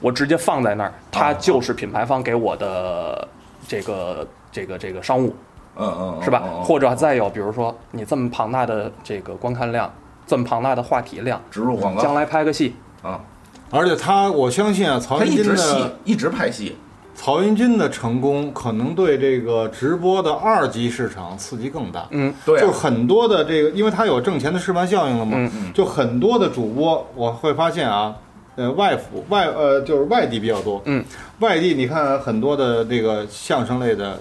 我直接放在那儿，
啊
它就是品牌方给我的这个这个这个商务，
嗯嗯，嗯
是吧？
嗯嗯
或者再有，比如说你这么庞大的这个观看量，这么庞大的话题量，
植入广
将
告
来拍个戏，
啊，
而且他我相信啊，曹
他
文
一
金
直戏
的
一直拍戏，
曹云金的成功，可能对这个直播的二级市场刺激更大。
嗯，
对啊
就很多的这个，因为它有挣钱的示范效应了嘛，
嗯
就很多的主播，我会发现啊，呃，外服外呃就是外地比较多，
嗯，
外地你看很多的这个相声类的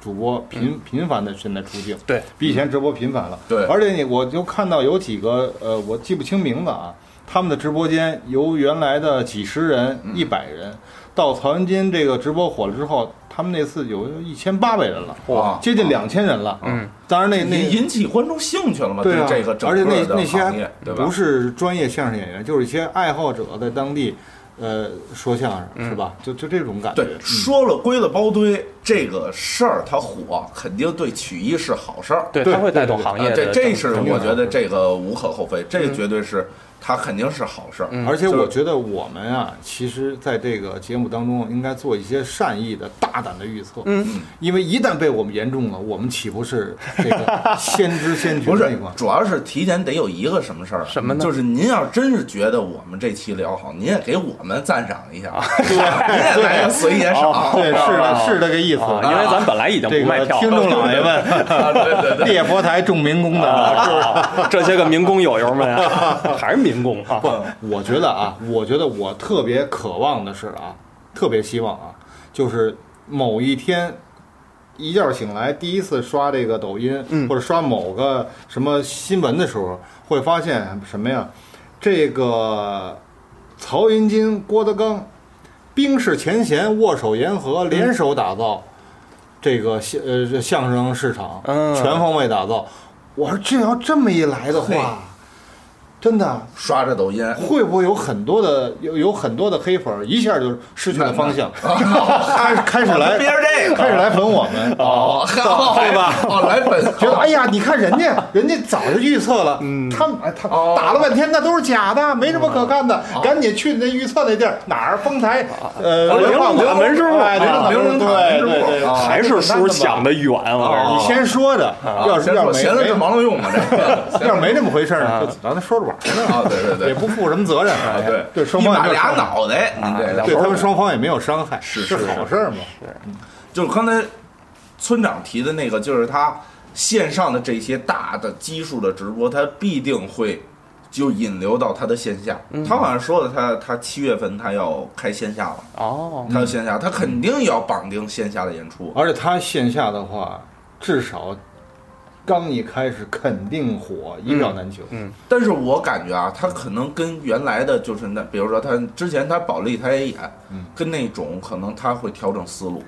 主播频、频繁的现在出镜，
对，
比以前直播频繁了，
对
而且你我就看到有几个呃，我记不清名字啊，他们的直播间由原来的几十人、
嗯
一百人，到曹云金这个直播火了之后，他们那次有一千八百人了，
哇
接近两千人了，嗯，当然那那
引引起观众兴趣了嘛？
对啊，
这个整
而且
个
那
的
那些
行
还
业，对吧？
不是专业相声演员，就是一些爱好者在当地，呃，说相声是吧？就就这种感觉。
嗯对，说了归了包堆，这个事儿它火，肯定对曲艺是好事儿。
对，
对
它会带动行业
啊，这
的。
这是
定的
我觉得这个无可厚非，
嗯
这绝对是它肯定是好事儿。
而且
嗯就是
我觉得我们啊，其实在这个节目当中应该做一些善意的、大胆的预测。嗯，因为一旦被我们言中了，我们岂不是这 个先知先觉
不
那
是
款，？
主要是提前得有一个什么事儿啊，
什么呢
就是您要真是觉得我们这期聊好，您也给我们赞赏一下，您也来个随言赏，
啊对，是
哦
的，是这个意思。
啊，因为咱本来已经
这
不卖
个
票
听
了，
众老爷
啊
们，
对对对，
列佛台众民工的 啊，
啊这些个民工友友们啊，还是民工啊，
我觉得啊，我觉得我特别渴望的是啊，特别希望啊，就是某一天一觉醒来，第一次刷这个抖音，或者刷某个什么新闻的时候，会发现什么呀？这个曹云金、郭德纲，冰释前嫌，握手言和，联手打造。这个相呃这相声市场，
嗯
全方位打造。我说这要这么一来的
嘿
话，真的
刷着抖音，
会不会有很多的有有很多的黑粉儿一下就失去了方 向，开 开始来
别哦这个
开始来粉我们，
哦，对吧？哦，来本
觉得哎呀，你看人家人家早就预测了，他们哎他
哦
打了半天那都是假的，没什么可干的，赶紧去那预测那地儿哪儿丰台呃
哦玲珑塔门市部
哎玲珑
玲珑
塔门市部
塔门市
对
部
对对对
啊，
还是叔想的远，啊
哦
我告诉
你
你。
先说着，
啊
要是
先
要
说
是
闲着
没
是
没
忙着用嘛，这个
要是没这么回事儿呢，就咱说着玩儿呢，
啊，对对对
也，不负什么责任，
啊
哎
对，
对双
一
方也
把
没有
俩
伤害
脑袋，您这个
啊
对他们双方也没有伤害，
是
是
是
好事儿嘛。
就是刚才村长提的那个，就是他线上的这些大的基数的直播，他必定会就引流到他的线下。他好像说的，他他七月份他要开线下了，
哦，
他要线下，他肯定要绑定线下的演出。
而且他线下的话，至少刚一开始肯定火，一票难求。嗯，
但是我感觉啊，他可能跟原来的就是那，比如说他之前他保利他也演，跟那种可能他会调整思路。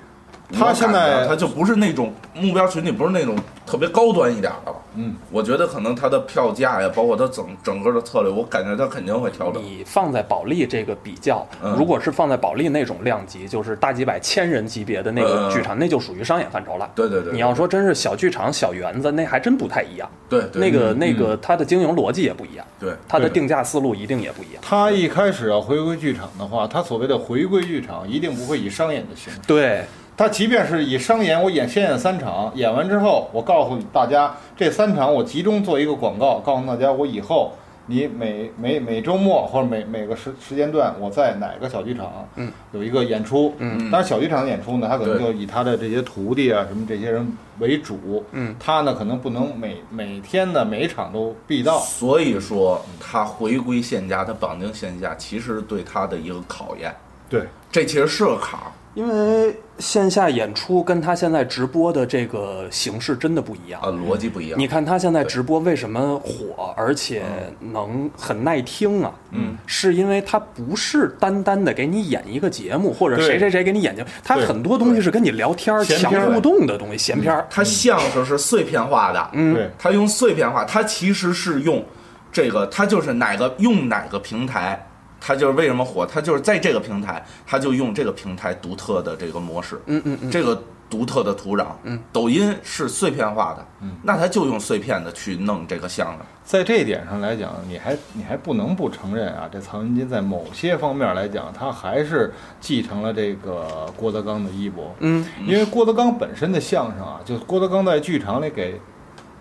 他现在
我感觉啊他就不是那种目标群体，不是那种特别高端一点的了。
嗯，
我觉得可能他的票价呀，包括他整整个的策略，我感觉他肯定会调整。
你放在保利这个比较
嗯，
如果是放在保利那种量级，就是大几百、千人级别的那
嗯嗯
个
嗯
剧场，那就属于商业范畴了。
对对对，
你要说真是小剧场、小园子，那还真不太一样。
对对
那个
嗯
那个，它的经营逻辑也不一样，
对
它的
对
定价思路一定也不一样。
他一开始要回归剧场的话，他所谓的回归剧场一定不会以商演的形式。
对，
他即便是以商演，我演先演三场，演完之后，我告诉大家这三场我集中做一个广告，告诉大家我以后你每每每周末或者每每个时时间段我在哪个小剧场，嗯，有一个演出，嗯，当然小剧场的演出呢，他可能
对
就以他的这些徒弟啊什么这些人为主，嗯，他呢可能不能每每天呢每一场都必到，
所以说他回归线下，他绑定线下，其实对他的一个考验，
对，
这其实是个坎儿。
因为线下演出跟他现在直播的这个形式真的不一样
啊，。逻辑不一样。
你看他现在直播为什么火，而且能很耐听啊？嗯，是因为他不是单单的给你演一个节目，或者
对
谁谁谁给你演节目，他
对
很多东西是跟你聊天儿、
闲
强
篇儿
互动的东西，闲篇儿。
它相声是碎片化的，嗯，
对，
它用碎片化，它其实是用这个，它就是哪个用哪个平台，它就是为什么火，它就是在这个平台，它就用这个平台独特的这个模式，嗯嗯这个独特的土壤，嗯，抖音是碎片化的，嗯，那它就用碎片的去弄这个相声，
在这一点上来讲，你还你还不能不承认啊，这曹云金在某些方面来讲，他还是继承了这个郭德纲的衣钵。嗯，因为郭德纲本身的相声啊，就是郭德纲在剧场里给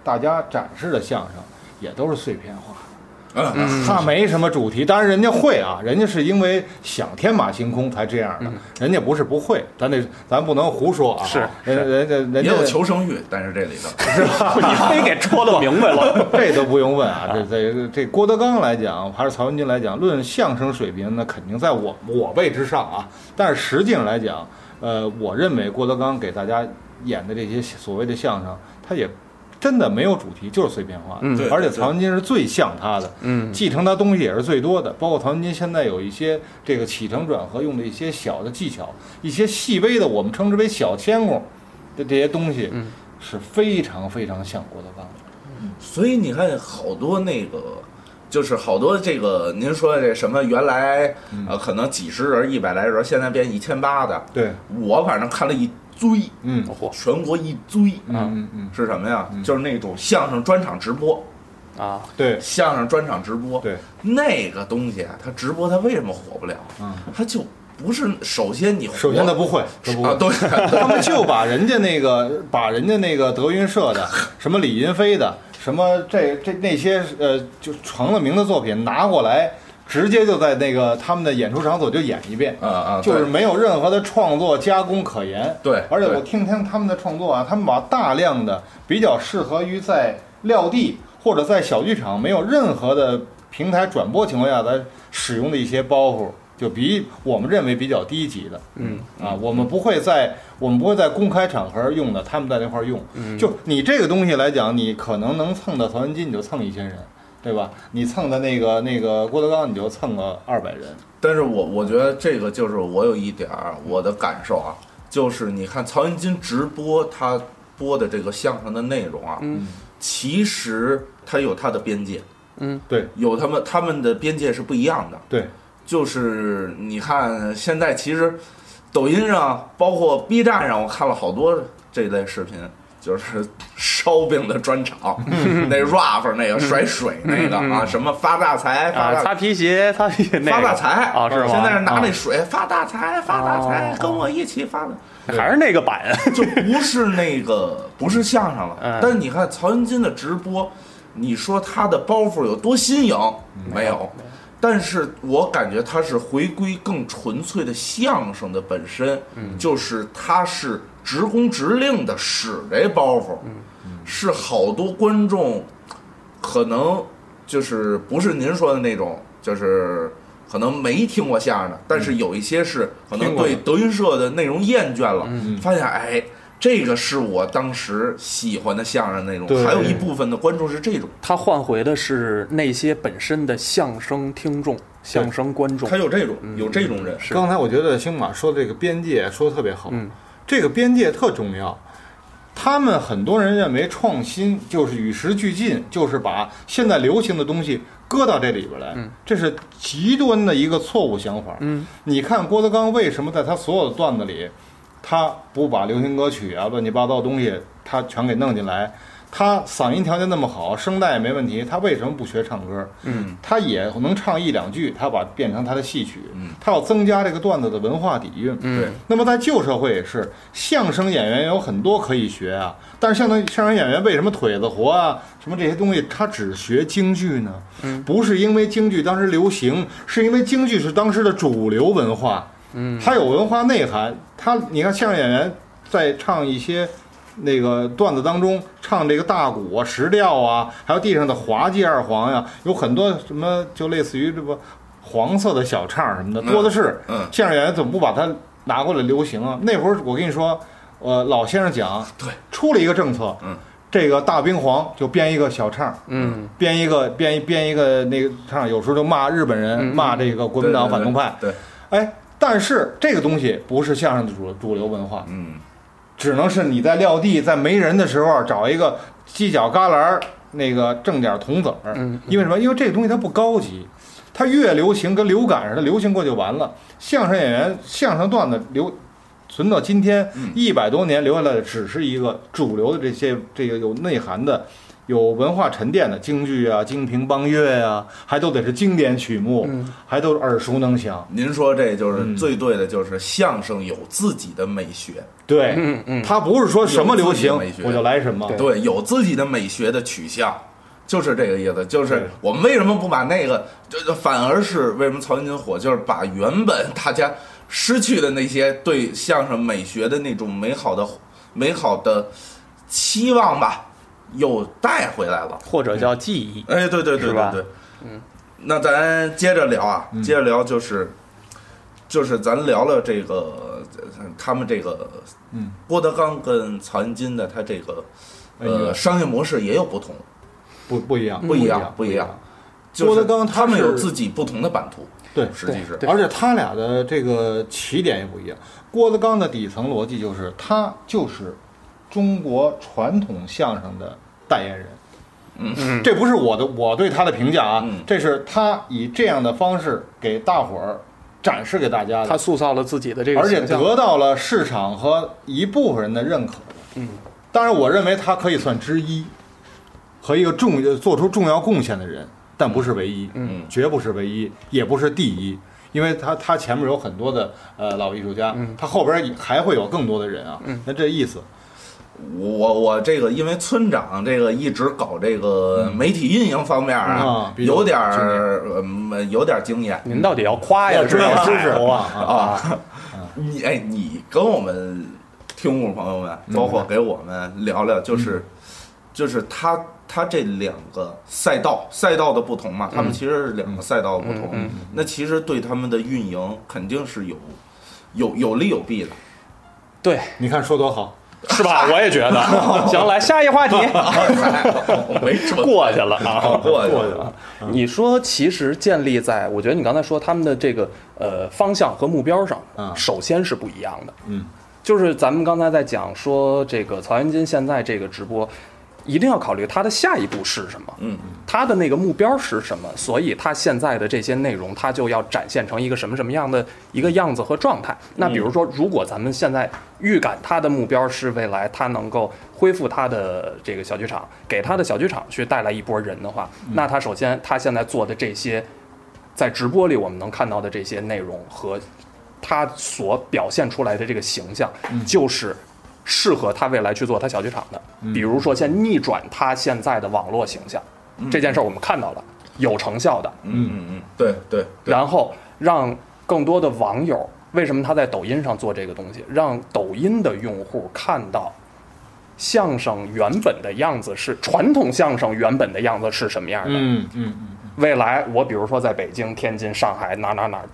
大家展示的相声，也都是碎片化的。
嗯，
他没什么主题，当然人家会啊，人家是因为想天马行空才这
嗯
样的，人家不是不会，咱得咱不能胡说啊。
是
人人家人家
也有求生欲，但是这里头，
你非给戳的明白 了。
这都不用问啊，这这这郭德纲来讲，还是曹云金来讲，论相声水平，那肯定在我我辈之上啊。但是实际上来讲，呃，我认为郭德纲给大家演的这些所谓的相声，他也真的没有主题，就是碎片化的。
嗯
对
而且
对
曹云金是最像他的，
嗯
继承他东西也是最多的，包括曹云金现在有一些这个起承转合用的一些小的技巧，一些细微的，我们称之为小谦功的这些东西，是非常非常像郭德纲的。
所以你看好多那个。就是好多这个，您说的这什么原来呃可能几十人、一百来人，现在变一千八的，
对，
我反正看了一堆，
嗯，
哦嚯
全国一堆
嗯嗯嗯，
是什么呀？就是那种相声专场直播，
啊！
对
相声专场直播，
对，
那个东西啊，它直播它为什么火不了？
嗯，
它就不是首先你火
首先他不会，他不
啊，
会，
对，
他们就把人家那个把人家那个德云 社的什么李云飞的什么这这那些呃就成了名的作品拿过来，直接就在那个他们的演出场所就演一遍。
啊啊，
就是
对
没有任何的创作加工可言。
对
而且
对
我听听他们的创作啊，他们把大量的比较适合于在撂地或者在小剧场没有任何的平台转播情况下咱使用的一些包袱，就比我们认为比较低级的，嗯啊，我们不会在我们不会在公开场合用的，他们在那块儿用。就你这个东西来讲，你可能能蹭到曹云金，你就蹭一千人。对吧？你蹭的那个那个郭德纲，你就蹭个二百人。
但是我我觉得这个就是我有一点儿我的感受啊，就是你看曹云金直播他播的这个相声的内容啊，嗯，其实他有他的边界，
对
有他们他们的边界是不一样的。
对，
就是你看现在其实抖音上，包括 B 站上，我看了好多这类视频，就是烧饼的专场，
嗯
那 rap 那个甩水那个啊，什么发大财发
啊，
大。
擦皮鞋，擦皮鞋那
发
个
大财
啊，是吗？
现在是拿那
啊
水发大财，发大财，跟我一起发大，
还是那个版，
就不是那个不是相声了
嗯。
但是你看曹云金的直播，你说他的包袱有多新颖？嗯没有。但是我感觉他是回归更纯粹的相声的本身，就是他是直工直令的使这包袱，是好多观众可能就是不是您说的那种，就是可能没听嗯过相声的，但是有一些是可能嗯
听过的
对德云社的内容厌倦了，发现哎，这个是我当时喜欢的相声内容
对，
还有一部分的观众是这种，
他换回的是那些本身的相声听众、相声观众
他。有这种
嗯
有这种人，
刚才我觉得星马说的这个边界说的特别好，这个边界特重要。他们很多人认为创新就是与时俱进，就是把现在流行的东西搁到这里边来，这是极端的一个错误想法。嗯，你看郭德纲为什么在他所有的段子里，他不把流行歌曲啊、乱七八糟的东西他全给弄进来？他嗓音条件那么好，声带也没问题，他为什么不学唱歌？嗯，他也能唱一两句，他把变成他的戏曲，嗯，他要增加这个段子的文化底蕴，嗯
对，
那么在旧社会也是，相声演员有很多可以学啊，但是相声相声演员为什么腿子活啊，什么这些东西，他只学京剧呢？不是因为京剧当时流行，是因为京剧是当时的主流文化，嗯，它有文化内涵。他你看相声演员在唱一些那个段子当中唱这个大鼓啊、石调啊，还有地上的滑稽二黄呀、有很多什么就类似于这不黄色的小唱什么的
嗯
多的是。
嗯
相声演员怎么不把它拿过来流行啊？那会儿我跟你说，呃，老先生讲，
对，
出了一个政策，
嗯，
这个大兵皇就编一个小唱，
嗯，
编一个编一编一个那个唱，有时候就骂日本人，骂这个国民党反动派，
嗯对，对
哎。但是这个东西不是相声的主主流文化，
嗯，
只能是你在撂地，在没人的时候找一个犄角旮旯儿那个挣点铜子儿。
嗯
因为什么？因为这个东西它不高级，它越流行跟流感似的，流行过就完了。相声演员相声段子流存到今天
嗯
一百多年留下来的，只是一个主流的这些这个有内涵的。有文化沉淀的京剧啊、京评梆乐呀、还都得是经典曲目，
嗯
还都是耳熟能详。
您说这就
嗯
是最对的，就是相声有自己的美学，
对，
嗯嗯
它不是说什么流行
有自己的美学
我就来什么，
对，有自己的美学的取向，就是这个意思。就
对
是我们为什么不把那个，就就反而是为什么曹云金火，就是把原本 大家失去的那些对相声美学的那种美好的、美好的期望吧，又带回来了。
或者叫记忆，
哎，对对对
是
对
吧
对，嗯，那咱接着聊啊，
嗯
接着聊就是，就是咱聊了这个呃他们这个，
嗯，
郭德纲跟曹云金的他这个
哎呦
呃商业模式也有不同，
不不一样，
不一样不
不
一样。
郭德纲
就是他们
他是
有自己不同的版图，
对，
实际是
对
而且他俩的这个起点也不一样。郭德纲的底层逻辑就是，他就是中国传统相声的代言人。嗯，这不是我的我对他的评价啊，
嗯
这是他以这样的方式给大伙儿展示给大家的，
他塑造了自己的这个
而且
形象。
得到了市场和一部分人的认可。嗯，当然，我认为他可以算之一，和一个重做出重要贡献的人，但不是唯一，嗯，绝不是唯一，也不是第一，因为他他前面有很多的呃老艺术家，
嗯
他后边也还会有更多的人啊，那这意思，
我我我这个因为村长这个一直搞这个媒体运营方面
嗯
啊
啊，比较
有点儿嗯有点儿经验，
您到底要夸呀，
要知
是
道
吧？
知识啊，
啊，你哎，你跟我们听众朋友们，包括给我们聊聊，就是、就是他他这两个赛道赛道的不同嘛，他们其实是两个赛道的不同，那其实对他们的运营肯定是有有有利有弊的。
对，
你看说多好，
是吧？我也觉 得。行，来下一话题，
我没准备
过去了啊。
过去
过去
了，
了，
你说，其实建立在，我觉得你刚才说他们的这个呃方向和目标上
嗯，
首先是不一样的。
嗯，
就是咱们刚才在讲说这个曹云金现在这个直播，一定要考虑他的下一步是什么，
嗯，
他的那个目标是什么，所以他现在的这些内容，他就要展现成一个什么什么样的一个样子和状态。那比如说，如果咱们现在预感他的目标是未来他能够恢复他的这个小剧场，给他的小剧场去带来一波人的话，那他首先他现在做的这些，在直播里我们能看到的这些内容和他所表现出来的这个形象，就是适合他未来去做他小剧场的。比如说，先逆转他现在的网络形象这件事，儿，我们看到了有成效的，
嗯嗯嗯，对对对，
然后让更多的网友。为什么他在抖音上做这个东西，让抖音的用户看到相声原本的样子是传统相声原本的样子是什么样的？
嗯嗯嗯，
未来我比如说在北京、天津、上海哪哪哪儿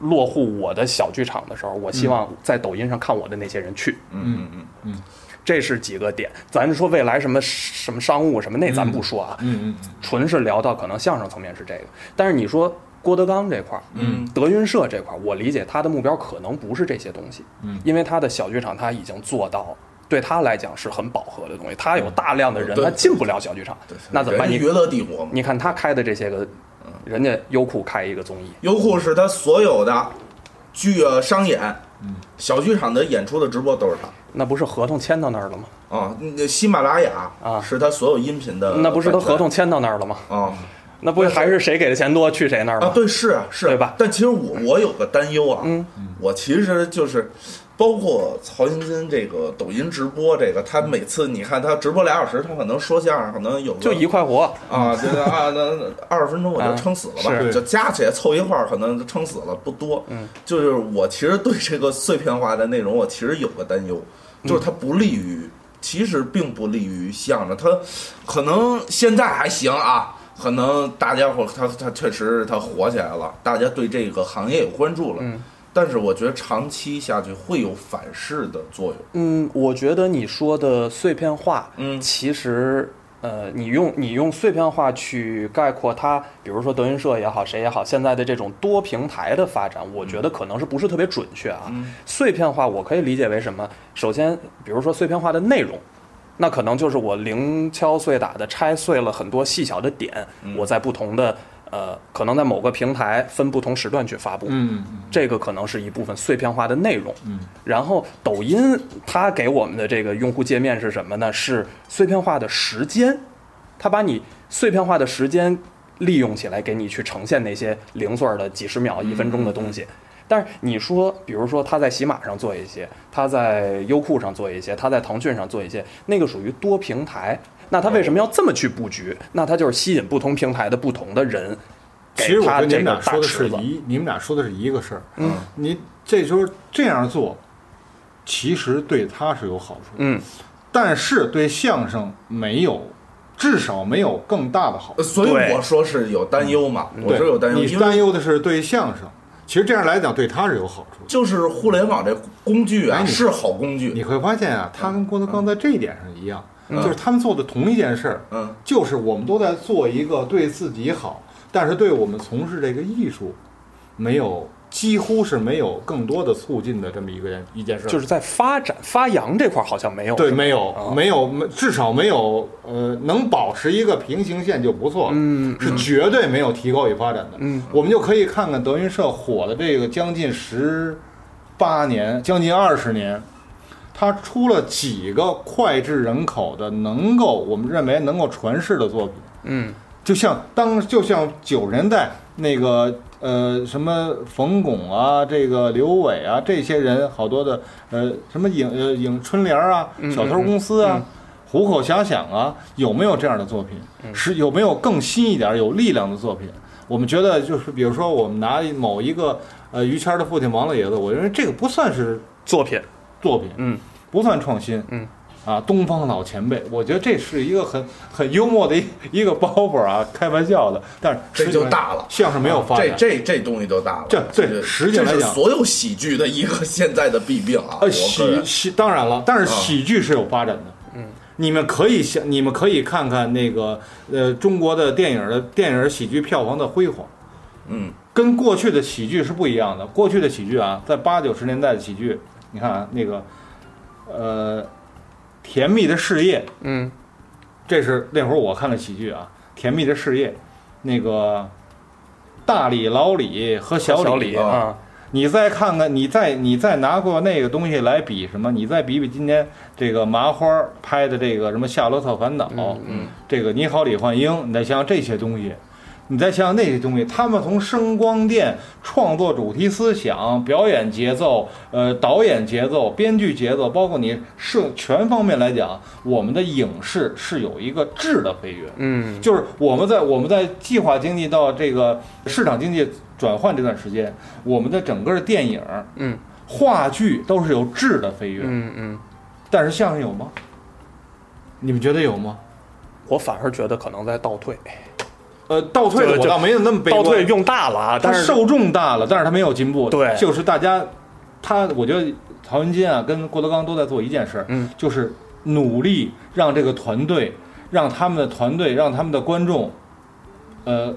落户我的小剧场的时候，我希望在抖音上看我的那些人去。
嗯嗯嗯嗯，
这是几个点。咱说未来什么什么商务什么那咱不说啊，
嗯嗯
纯是聊到可能相声层面是这个。但是你说郭德纲这块儿，嗯，德云社这块儿，我理解他的目标可能不是这些东西，嗯，因为他的小剧场他已经做到。对他来讲是很饱和的东西，他有大量的
嗯
人，
对
他进不了小剧场，那怎么办？
人嗯
你
娱乐帝国嘛，
你看他开的这些个，人家优酷开一个综艺，
优酷是他所有的剧呃商演，小剧场的演出的直播都是他
那不是合同签到那儿了吗？
啊。那喜马拉雅
啊嗯
是他所有音频的版权，
那不是都合同签到那儿了吗？
啊
那不还是谁给的钱多去谁那儿
啊
吗？，
对，是啊是啊
对吧嗯
但其实我我有个担忧啊，我其实就是。包括曹云金这个抖音直播，这个他每次你看他直播俩小时，他可能说相声，可能有个
就一块活，
啊，这个啊，那二十分钟我就撑死了吧，
啊
嗯是
就加起来凑一块儿，可能就撑死了不多。嗯，就是我其实对这个碎片化的内容，我其实有个担忧，
嗯
就是它不利于，其实并不利于相声，它可能现在还行啊。可能大家伙他他确实他火起来了，大家对这个行业有关注了，
嗯
但是我觉得长期下去会有反噬的作用。
嗯，我觉得你说的碎片化，
嗯
其实。呃，你用你用碎片化去概括它，比如说德云社也好，谁也好，现在的这种多平台的发展，我觉得可能是不是特别准确啊。碎片化我可以理解为什么？首先，比如说碎片化的内容，那可能就是我零敲碎打的拆碎了很多细小的点，我在不同的呃，可能在某个平台分不同时段去发布。
嗯
这个可能是一部分碎片化的内容。嗯，然后抖音它给我们的这个用户界面是什么呢？是碎片化的时间，它把你碎片化的时间利用起来，给你去呈现那些零碎儿的几十秒、
嗯
一分钟的东西。但是你说，比如说他在喜马上做一些，他在优酷上做一些，他在腾讯上做一些，那个属于多平台。那他为什么要这么去布局？那他就是吸引不同平台的不同的人。
其实我觉得你们俩
给他
说的
这
是
个大池子
一，你们俩说的是一个事儿。嗯，你这就是这样做，其实对他是有好处，
嗯，
但是对相声没有，至少没有更大的好
呃
处。
所以
对
我说是有担忧嘛，我是有担忧，
嗯对
因
你
为
担忧的是对相声，其实这样来讲对他是有好处的。
就是互联网这工具啊，
哎你
是好工
你
具。
会发现啊，他跟郭德纲在这一点上一样，就是他们做的同一件事儿，
嗯，
就是我们都在做一个对自己好，但是对我们从事这个艺术没有。几乎是没有更多的促进的这么一个一件事儿，
就是在发展发扬这块儿好像没有
对，
是吧
没
啊
有，没有，没至少没有，呃，能保持一个平行线就不错了，嗯，是绝对没有提高与发展的，嗯，我们就可以看看德云社火的这个将近十八年，将近二十年，它出了几个脍炙人口的，能够我们认为能够传世的作品，
嗯，
就像当就像九十年代那个呃什么冯巩啊，这个刘伟啊这些人，好多的呃什么影呃影春联啊，小偷公司啊。虎口遐想啊，有没有这样的作品？是有没有更新一点、有力量的作品？我们觉得就是，比如说，我们拿某一个呃于谦的父亲王老爷子，我认为这个不算是
作品，
作品，
嗯，
不算创新，
嗯，
啊，东方老前辈，我觉得这是一个很很幽默的一一个包袱啊，开玩笑的，但是
这
实际上
就大了
相声没有发
这
展，
这这东西就大了，
这这
个
实际来
这是
讲
所有喜剧的一个现在的弊病啊。我
呃
个
喜
人啊
喜当然了，但是喜剧是有发展的，嗯，你们可以想，你们可以看看那个呃中国的电影的电影喜剧票房的辉煌，
嗯，
跟过去的喜剧是不一样的。过去的喜剧啊，在八九十年代的喜剧，你看啊那个呃甜蜜的事业，
嗯，
这是那会儿我看的喜剧啊，《甜蜜的事业》，那个大李、老李和小
小
李，
啊，
你再看看，你再你再拿过那个东西来比什么？你再比比今年这个麻花拍的这个什么《夏洛特烦恼》，这个《你好，李焕英》，你再想想这些东西，你再想想那些东西，他们从声光电创作主题思想、表演节奏、呃导演节奏、编剧节奏，包括你摄全方面来讲，我们的影视是有一个质的飞跃。
嗯，
就是我们在我们在计划经济到这个市场经济转换这段时间，我们的整个电影、
嗯、
话剧都是有质的飞跃，
嗯嗯，
但是相声有吗？你们觉得有吗？
我反而觉得可能在倒退，
呃，倒退
就
了，我
就
倒没有那么悲
倒
观。
退用大了啊，
它
但是
受众大了，但是它没有进步。
对
就是大家，他我觉得曹云金啊跟郭德纲都在做一件事，
嗯，
就是努力让这个团队，让他们的团队，让他们的观众，呃。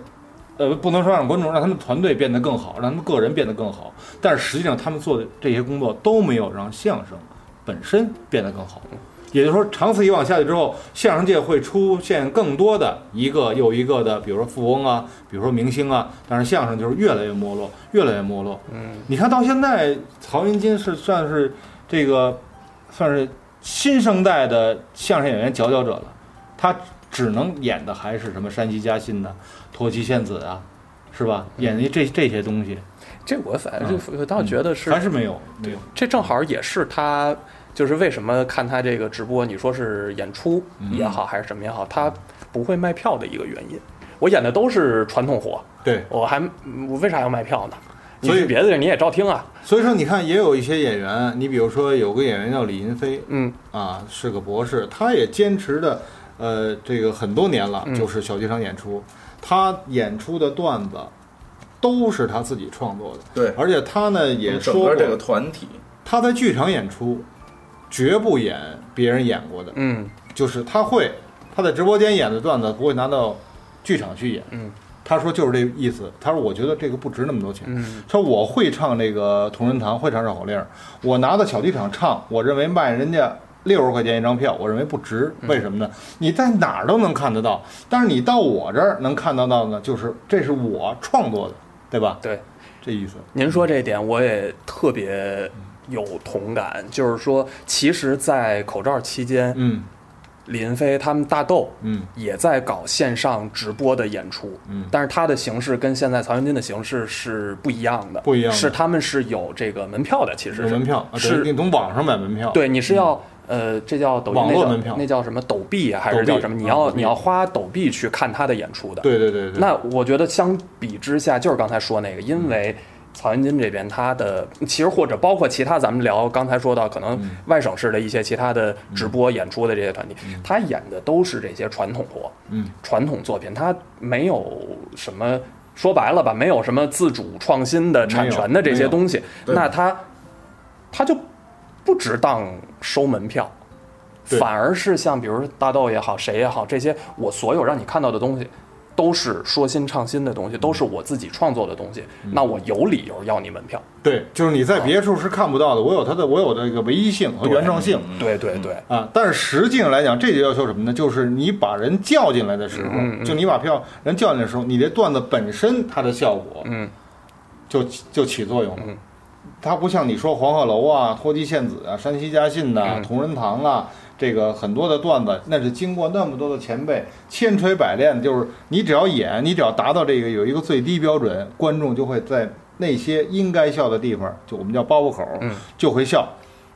呃，不能说让观众，让他们团队变得更好，让他们个人变得更好。但是实际上，他们做的这些工作都没有让相声本身变得更好。
嗯
也就是说，长此以往下去之后，相声界会出现更多的一个又一个的，比如说富翁啊，比如说明星啊，但是相声就是越来越没落，越来越没落。嗯，你看到现在，曹云金是算是这个算是新生代的相声演员佼佼者了，他只能演的还是什么山西嘉欣呐、托妻献子啊，是吧？
嗯
演的这这些东西，
这我反正就我倒觉得是
还是没有没有。
这正好也是他，就是为什么看他这个直播，你说是演出
嗯
也好，还是什么也好，他不会卖票的一个原因。我演的都是传统活，
对，
我还我为啥要卖票呢？你
所以
去别的地儿你也照听啊，
所以说你看，也有一些演员，你比如说有个演员叫李云飞，
嗯
啊，是个博士，他也坚持的，呃，这个很多年
嗯
了，就是小剧场演出，他演出的段子都是他自己创作的，
对
而且他呢也
整
说过
个这个团体，
他在剧场演出绝不演别人演过的，
嗯，
就是他会他在直播间演的段子不会拿到剧场去演。
嗯，
他说就是这个意思。他说我觉得这个不值那么多钱。
嗯
他说我会唱这个同仁堂，会唱绕口令儿，我拿到小剧场唱，我认为卖人家。六十块钱一张票，我认为不值，
嗯
为什么呢？你在哪儿都能看得到，但是你到我这儿能看得到呢，就是这是我创作的，对吧？
对。
这意思。
您说这一点，我也特别有同感。就是说，其实，在口罩期间，
嗯
李云飞他们大豆，
嗯，
也在搞线上直播的演出，
嗯
但是他的形式跟现在曹云金的形式是不一样的，
不一样的
是他们是有这个门票的，其实
有
是
门票，啊对
是
你从网上买门票。
对，你是要、呃，这叫抖音
嗯网
那
络
叫
门票
那叫什么抖币啊还
抖
是
币
叫什么？你
啊
要
抖币
你要花抖币去看他的演出的，
对对对对，
那我觉得相比之下，就是刚才说那个，因为曹云金这边他的其实或者包括其他咱们聊刚才说到可能外省市的一些其他的直播演出的这些团体，他演的都是这些传统活，
嗯，
传统作品，他没有什么说白了吧，没有什么自主创新的产权的这些东西，
没有
那他他就不值当收门票。
对
反而是像比如说大豆也好，谁也好，这些我所有让你看到的东西，都是说新唱新的东西，都是我自己创作的东西，那我有理由要你门票。
对，就是你在别处是看不到的，我有它的，我有这个唯一性和原创性
对嗯对对，
啊。但是实际上来讲，这就要求什么呢？就是你把人叫进来的时候，就你把票人叫进来的时候，你这段子本身它的效果，
嗯，
就就起作用了。它不像你说黄鹤楼啊、脱鸡献子啊、山西家信呐、同仁堂啊，这个很多的段子，那是经过那么多的前辈千锤百炼，就是你只要演，你只要达到这个有一个最低标准，观众就会在那些应该笑的地方，就我们叫包袱口，就会笑，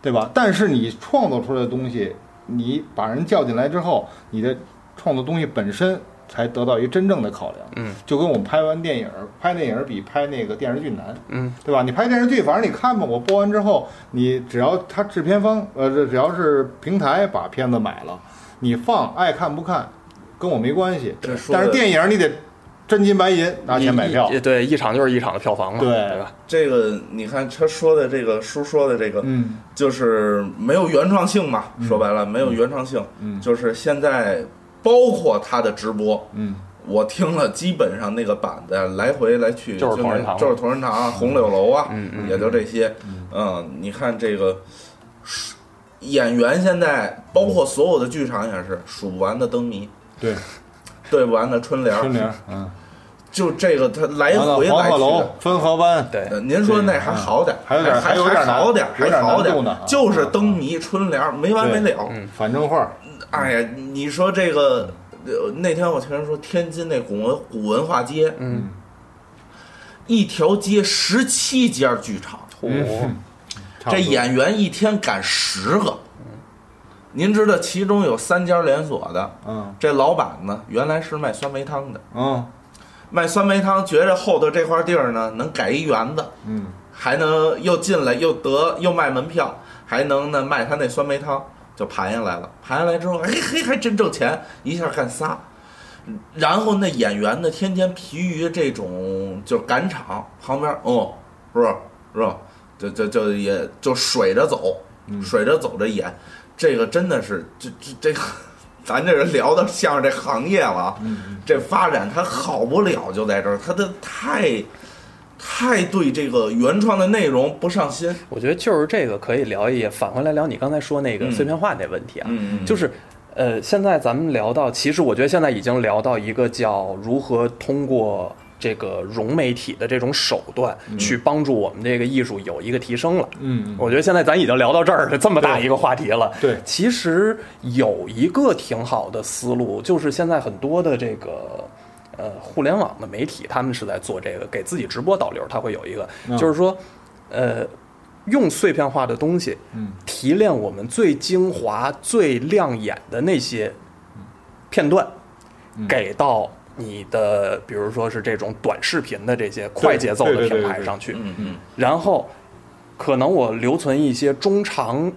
对吧？但是你创作出来的东西，你把人叫进来之后，你的创作东西本身才得到一个真正的考量。嗯，就跟我们拍完电影，拍电影比拍那个电视剧难。
嗯，
对吧？你拍电视剧，反正你看吧，我播完之后，你只要他制片方，呃，这只要是平台把片子买了，你放爱看不看，跟我没关系
这。说
但是
的
电影你得真金白银拿钱买票
一。一对一场就是一场的票房嘛，
对
对吧？
这个你看他说的这个书说的这个，
嗯，
就是没有原创性嘛，说白了没有原创性，
嗯
就是现在包括他的直播，
嗯，
我听了基本上那个版的来回来去
就是同仁堂
那就是同仁堂啊、红柳楼啊，
嗯嗯
也就这些，嗯，你看这个。演员现在包括所有的剧场也是数不完的灯谜，
对，
对不完的春联儿，
春联，嗯，
就这个他来
完了
回
黄
来
鹤
去
楼
的，、
分河湾，
对
呃，您说那还好点儿，
还有点儿
还
嗯还有点儿难
好点儿，
有
还
点儿
好
难
点
度呢
儿
啊，
就是灯谜、春联儿没完没了。
反正话，
哎呀，你说这个，呃那天我听人说天津那古文古文化街，
嗯，
一条街十七家剧场，
哦
我
嗯差不
这
多
演员一天赶十个。您知道其中有三家连锁的，
嗯
这老板呢原来是卖酸梅汤的，
嗯
卖酸梅汤觉着后头这块地儿呢能改一园子，
嗯，
还能又进来又得又卖门票，还能呢卖他那酸梅汤，就盘下来了。盘下来之后，嘿嘿，还真挣钱，一下干仨。然后那演员呢，天天疲于这种就是赶场，旁边哦，是吧是吧？就就就也就水着走，水着走着演。这个真的是这这这个，咱这人聊到相声这行业了啊，这发展它好不了就在这儿，它的太太对这个原创的内容不上心。
我觉得就是这个可以聊一，反回来聊你刚才说那个
嗯
碎片化那问题啊，
嗯嗯嗯
就是。呃，现在咱们聊到，其实我觉得现在已经聊到一个叫如何通过这个融媒体的这种手段，去帮助我们这个艺术有一个提升了。
嗯，
我觉得现在咱已经聊到这儿了，这么大一个话题了。
对对
其实有一个挺好的思路，就是现在很多的这个呃互联网的媒体，他们是在做这个给自己直播导流，它会有一个，
嗯
就是说，呃，用碎片化的东西，
嗯，
提炼我们最精华、最亮眼的那些片段，
嗯
给到。你的比如说是这种短视频的这些快节奏的
对对
平
对对
台
对
上去，
嗯嗯
然后可能我留存一些中长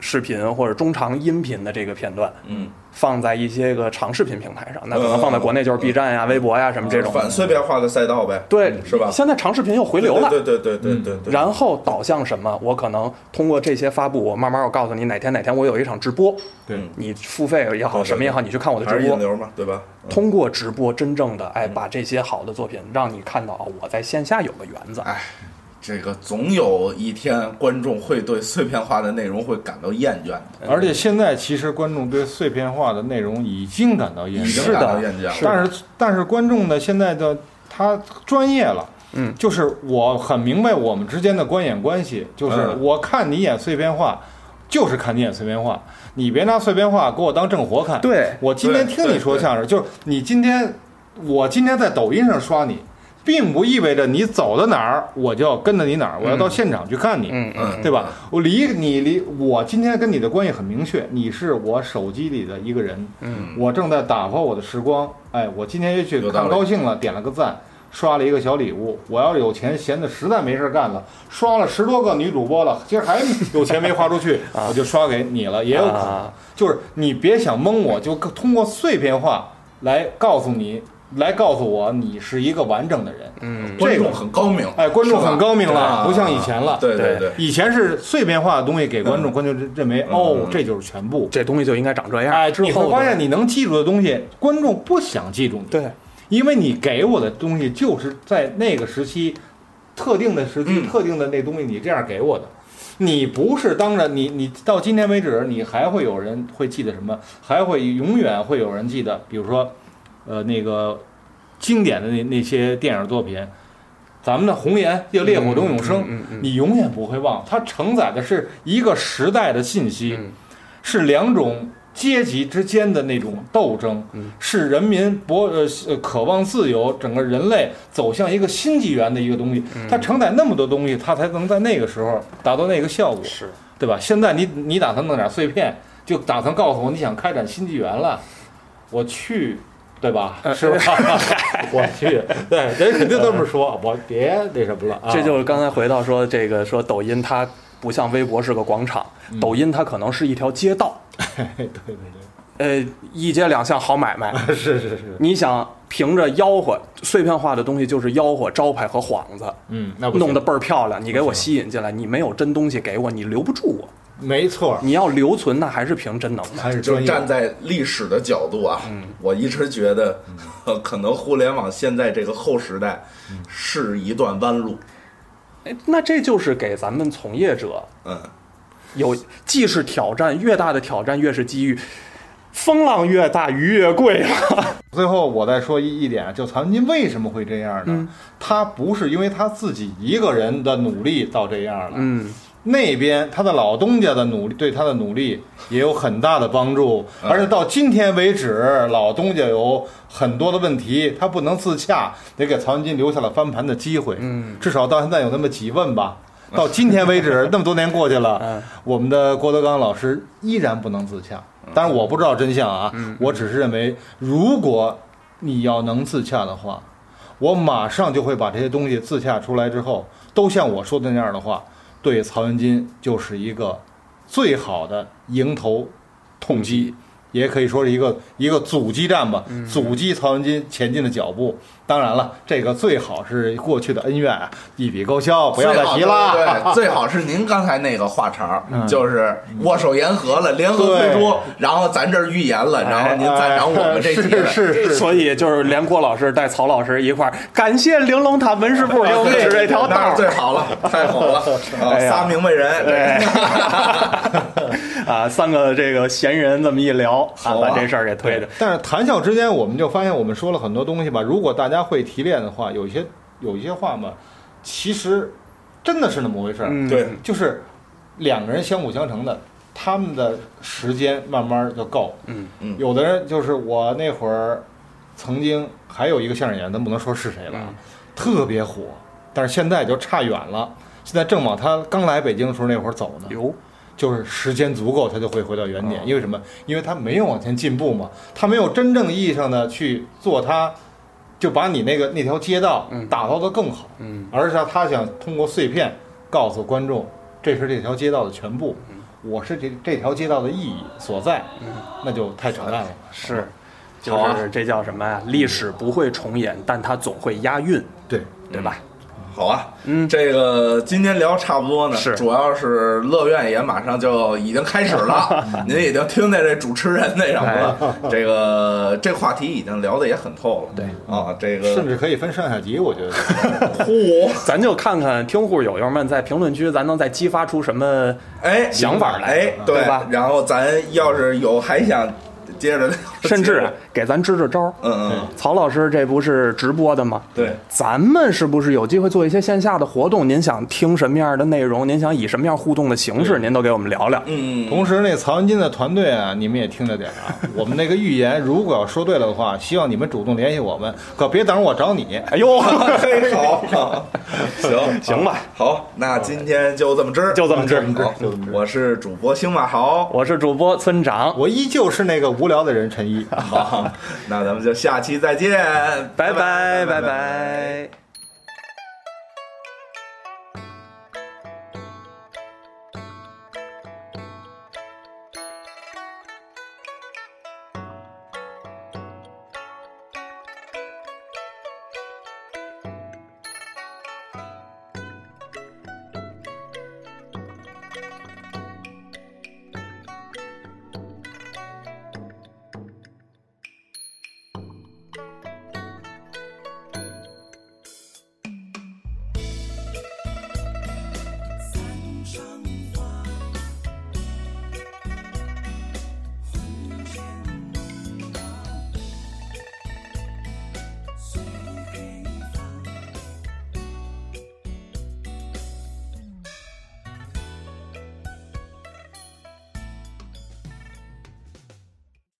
视频或者中长音频的这个片段，
嗯，
放在一些个长视频平台上，那可能放在
嗯
国内就是 B 站呀、微博呀什么这种。
反碎片化的赛道呗，嗯
嗯
对，
是吧？
现在长视频又回流
对
了。
对对对对对对。
然后导向什么？我可能通过这些发布，我慢慢我告诉你哪天哪天我有一场直播，嗯
对，
你付费也
对
好，
对
什么也好，你去看我的
还
直
是引
播。
流嘛，对吧？
通过直播，真正的
嗯
哎，把这些好的作品让你看到，哦我在线下有个园子。
哎，这个总有一天观众会对碎片化的内容会感到厌倦的，
而且现在其实观众对碎片化的内容已经感到厌
已经
倦，
是的
感到厌倦了。
是的
但是但是观众呢，现在的他专业了。
嗯，
就是我很明白我们之间的观演关系，就是
嗯
我看你演碎片化，就是看你演碎片化，你别拿碎片化给我当正活看。
对
我今天听你说相声，就是你今天，我今天在抖音上刷你，并不意味着你走到哪儿我就要跟着你哪儿，我要到现场去看你。
嗯嗯，
嗯，
对吧？我离你离我今天跟你的关系很明确，你是我手机里的一个人，
嗯，
我正在打发我的时光。哎，我今天也许
有道
看
理
高兴了，点了个赞，刷了一个小礼物。我要是有钱，闲的实在没事儿干了，刷了十多个女主播了，其实还有钱没花出去，
啊
我就刷给你了，也有可能
啊。
就是你别想蒙我，就通过碎片化来告诉你，来告诉我你是一个完整的人。嗯，
观
这个
众很高明，
哎，观众很高明
是吧
了，不像以前了。
对对对，
以前是碎片化的东西给观众，
嗯
观众认认为哦，这就是全部。
这东西就应该长这样。
哎，
嗯之后
你会
的
发现你能记住的东西，观众不想记住你，
对，
因为你给我的东西就是在那个时期、特定的时
嗯
期、特定的那东西，你这样给我的。你不是当着你，你到今天为止，你还会有人会记得什么？还会永远会有人记得，比如说，呃，那个经典的那那些电影作品，咱们的《红岩》叫《烈火中永
嗯
生》你永远不会忘，它承载的是一个时代的信息，
嗯
是两种阶级之间的那种斗争，
嗯
是人民博呃呃渴望自由，整个人类走向一个新纪元的一个东西。
嗯
它承载那么多东西，它才能在那个时候达到那个效果，
是
对吧？现在你你打算弄点碎片，就打算告诉我你想开展新纪元了，我去。对吧？
呃
是 吧？我去，对，人肯定这么说，我别那什么了啊。
嗯这就是刚才回到说这个说抖音它不像微博是个广场，
嗯
抖音它可能是一条街道，
对对对，
呃，一街两巷好买卖。
是是是，
你想凭着吆喝，碎片化的东西就是吆喝、招牌和幌子，
嗯，那不行
弄得倍儿漂亮，你给我吸引进来，你没有真东西给我，你留不住我。
没错儿，
你要留存，那还是凭真能耐。
还是
就
专业嗯
站在历史的角度啊，我一直觉得， 可能互联网现在这个后时代
嗯
是一段弯路。
哎那这就是给咱们从业者
嗯，
有既是挑战，越大的挑战越是机遇，风浪越大，鱼越贵啊。
最后我再说一一点，就曹云金为什么会这样呢？他不是因为他自己一个人的努力到这样了，
嗯，
那边他的老东家的努力对他的努力也有很大的帮助，而且到今天为止，老东家有很多的问题，他不能自洽，得给曹云金留下了翻盘的机会，嗯，至少到现在有那么几问吧。到今天为止，那么多年过去了，我们的郭德纲老师依然不能自洽。当然，我不知道真相啊，我只是认为，如果你要能自洽的话，我马上就会把这些东西自洽出来之后，都像我说的那样的话，
嗯
对曹云金就是一个最好的迎头痛击。也可以说是一个一个阻击战吧，阻击曹云金前进的脚步。当然了，这个最好是过去的恩怨啊，一笔勾销，不要再提
最好对，
啦。
最好是您刚才那个话茬儿，就是握手言和了，联合推出
对，
然后咱这儿预言了，然后您赞赏我们这
是
几个
哎是。 是是，
所以就是连郭老师带曹老师一块儿，感谢玲珑塔文师傅给我们指这条道
啊那
儿
最好了，太好了，啊
哎呀
仨明白
哎
人，
啊，三个这个闲人这么一聊，啊，
好啊
把这事儿给推的。
但是谈笑之间，我们就发现我们说了很多东西吧。如果大家会提炼的话，有一些有一些话嘛，其实真的是那么回事儿。
嗯
对
就是两个人相辅相成的，他们的时间慢慢就够。
嗯
嗯
有的人就是我那会儿曾经还有一个相声演员，咱不能说是谁了啊，
嗯
特别火，但是现在就差远了。现在正往他刚来北京的时候那会儿走呢。
哟，
就是时间足够，他就会回到原点。因为什么？因为他没有往前进步嘛，他没有真正意义上的去做他，就把你那个那条街道打造的更好，
嗯，
而是他想通过碎片告诉观众，这是这条街道的全部，我是这这条街道的意义所在，那就太扯淡了。
是，嗯就
好啊
是这叫什么呀？历史不会重演，但它总会押韵，
对，
对吧？
好啊，嗯，这个今天聊差不多呢，
是
主要是乐苑也马上就已经开始 了，您已经听见这主持人那什么了，
哎
这个这话题已经聊的也很透了，对啊，这个哦
甚至可以分上下集，我觉得。
呼，
咱就看看听户友友们在评论区，咱能再激发出什么
哎，
想法来
哎，
对吧
然后咱要是有还想接着聊，
甚至啊给咱支支招儿。
嗯嗯，
曹老师，这不是直播的吗？
对
咱们是不是有机会做一些线下的活动？您想听什么样的内容？您想以什么样互动的形式？您都给我们聊聊。
嗯，
同时，那曹云金的团队啊，你们也听着点儿啊。我们那个预言，如果要说对了的话，希望你们主动联系我们，可别等着我找你。
哎呦，
嘿，好，好行
行吧，
好，那今天就这么支，
就这么治。
好，我是主播星马豪，
我是主播村长，
我依旧是那个无聊的人陈一。
好，那咱们就下期再见，
拜拜拜拜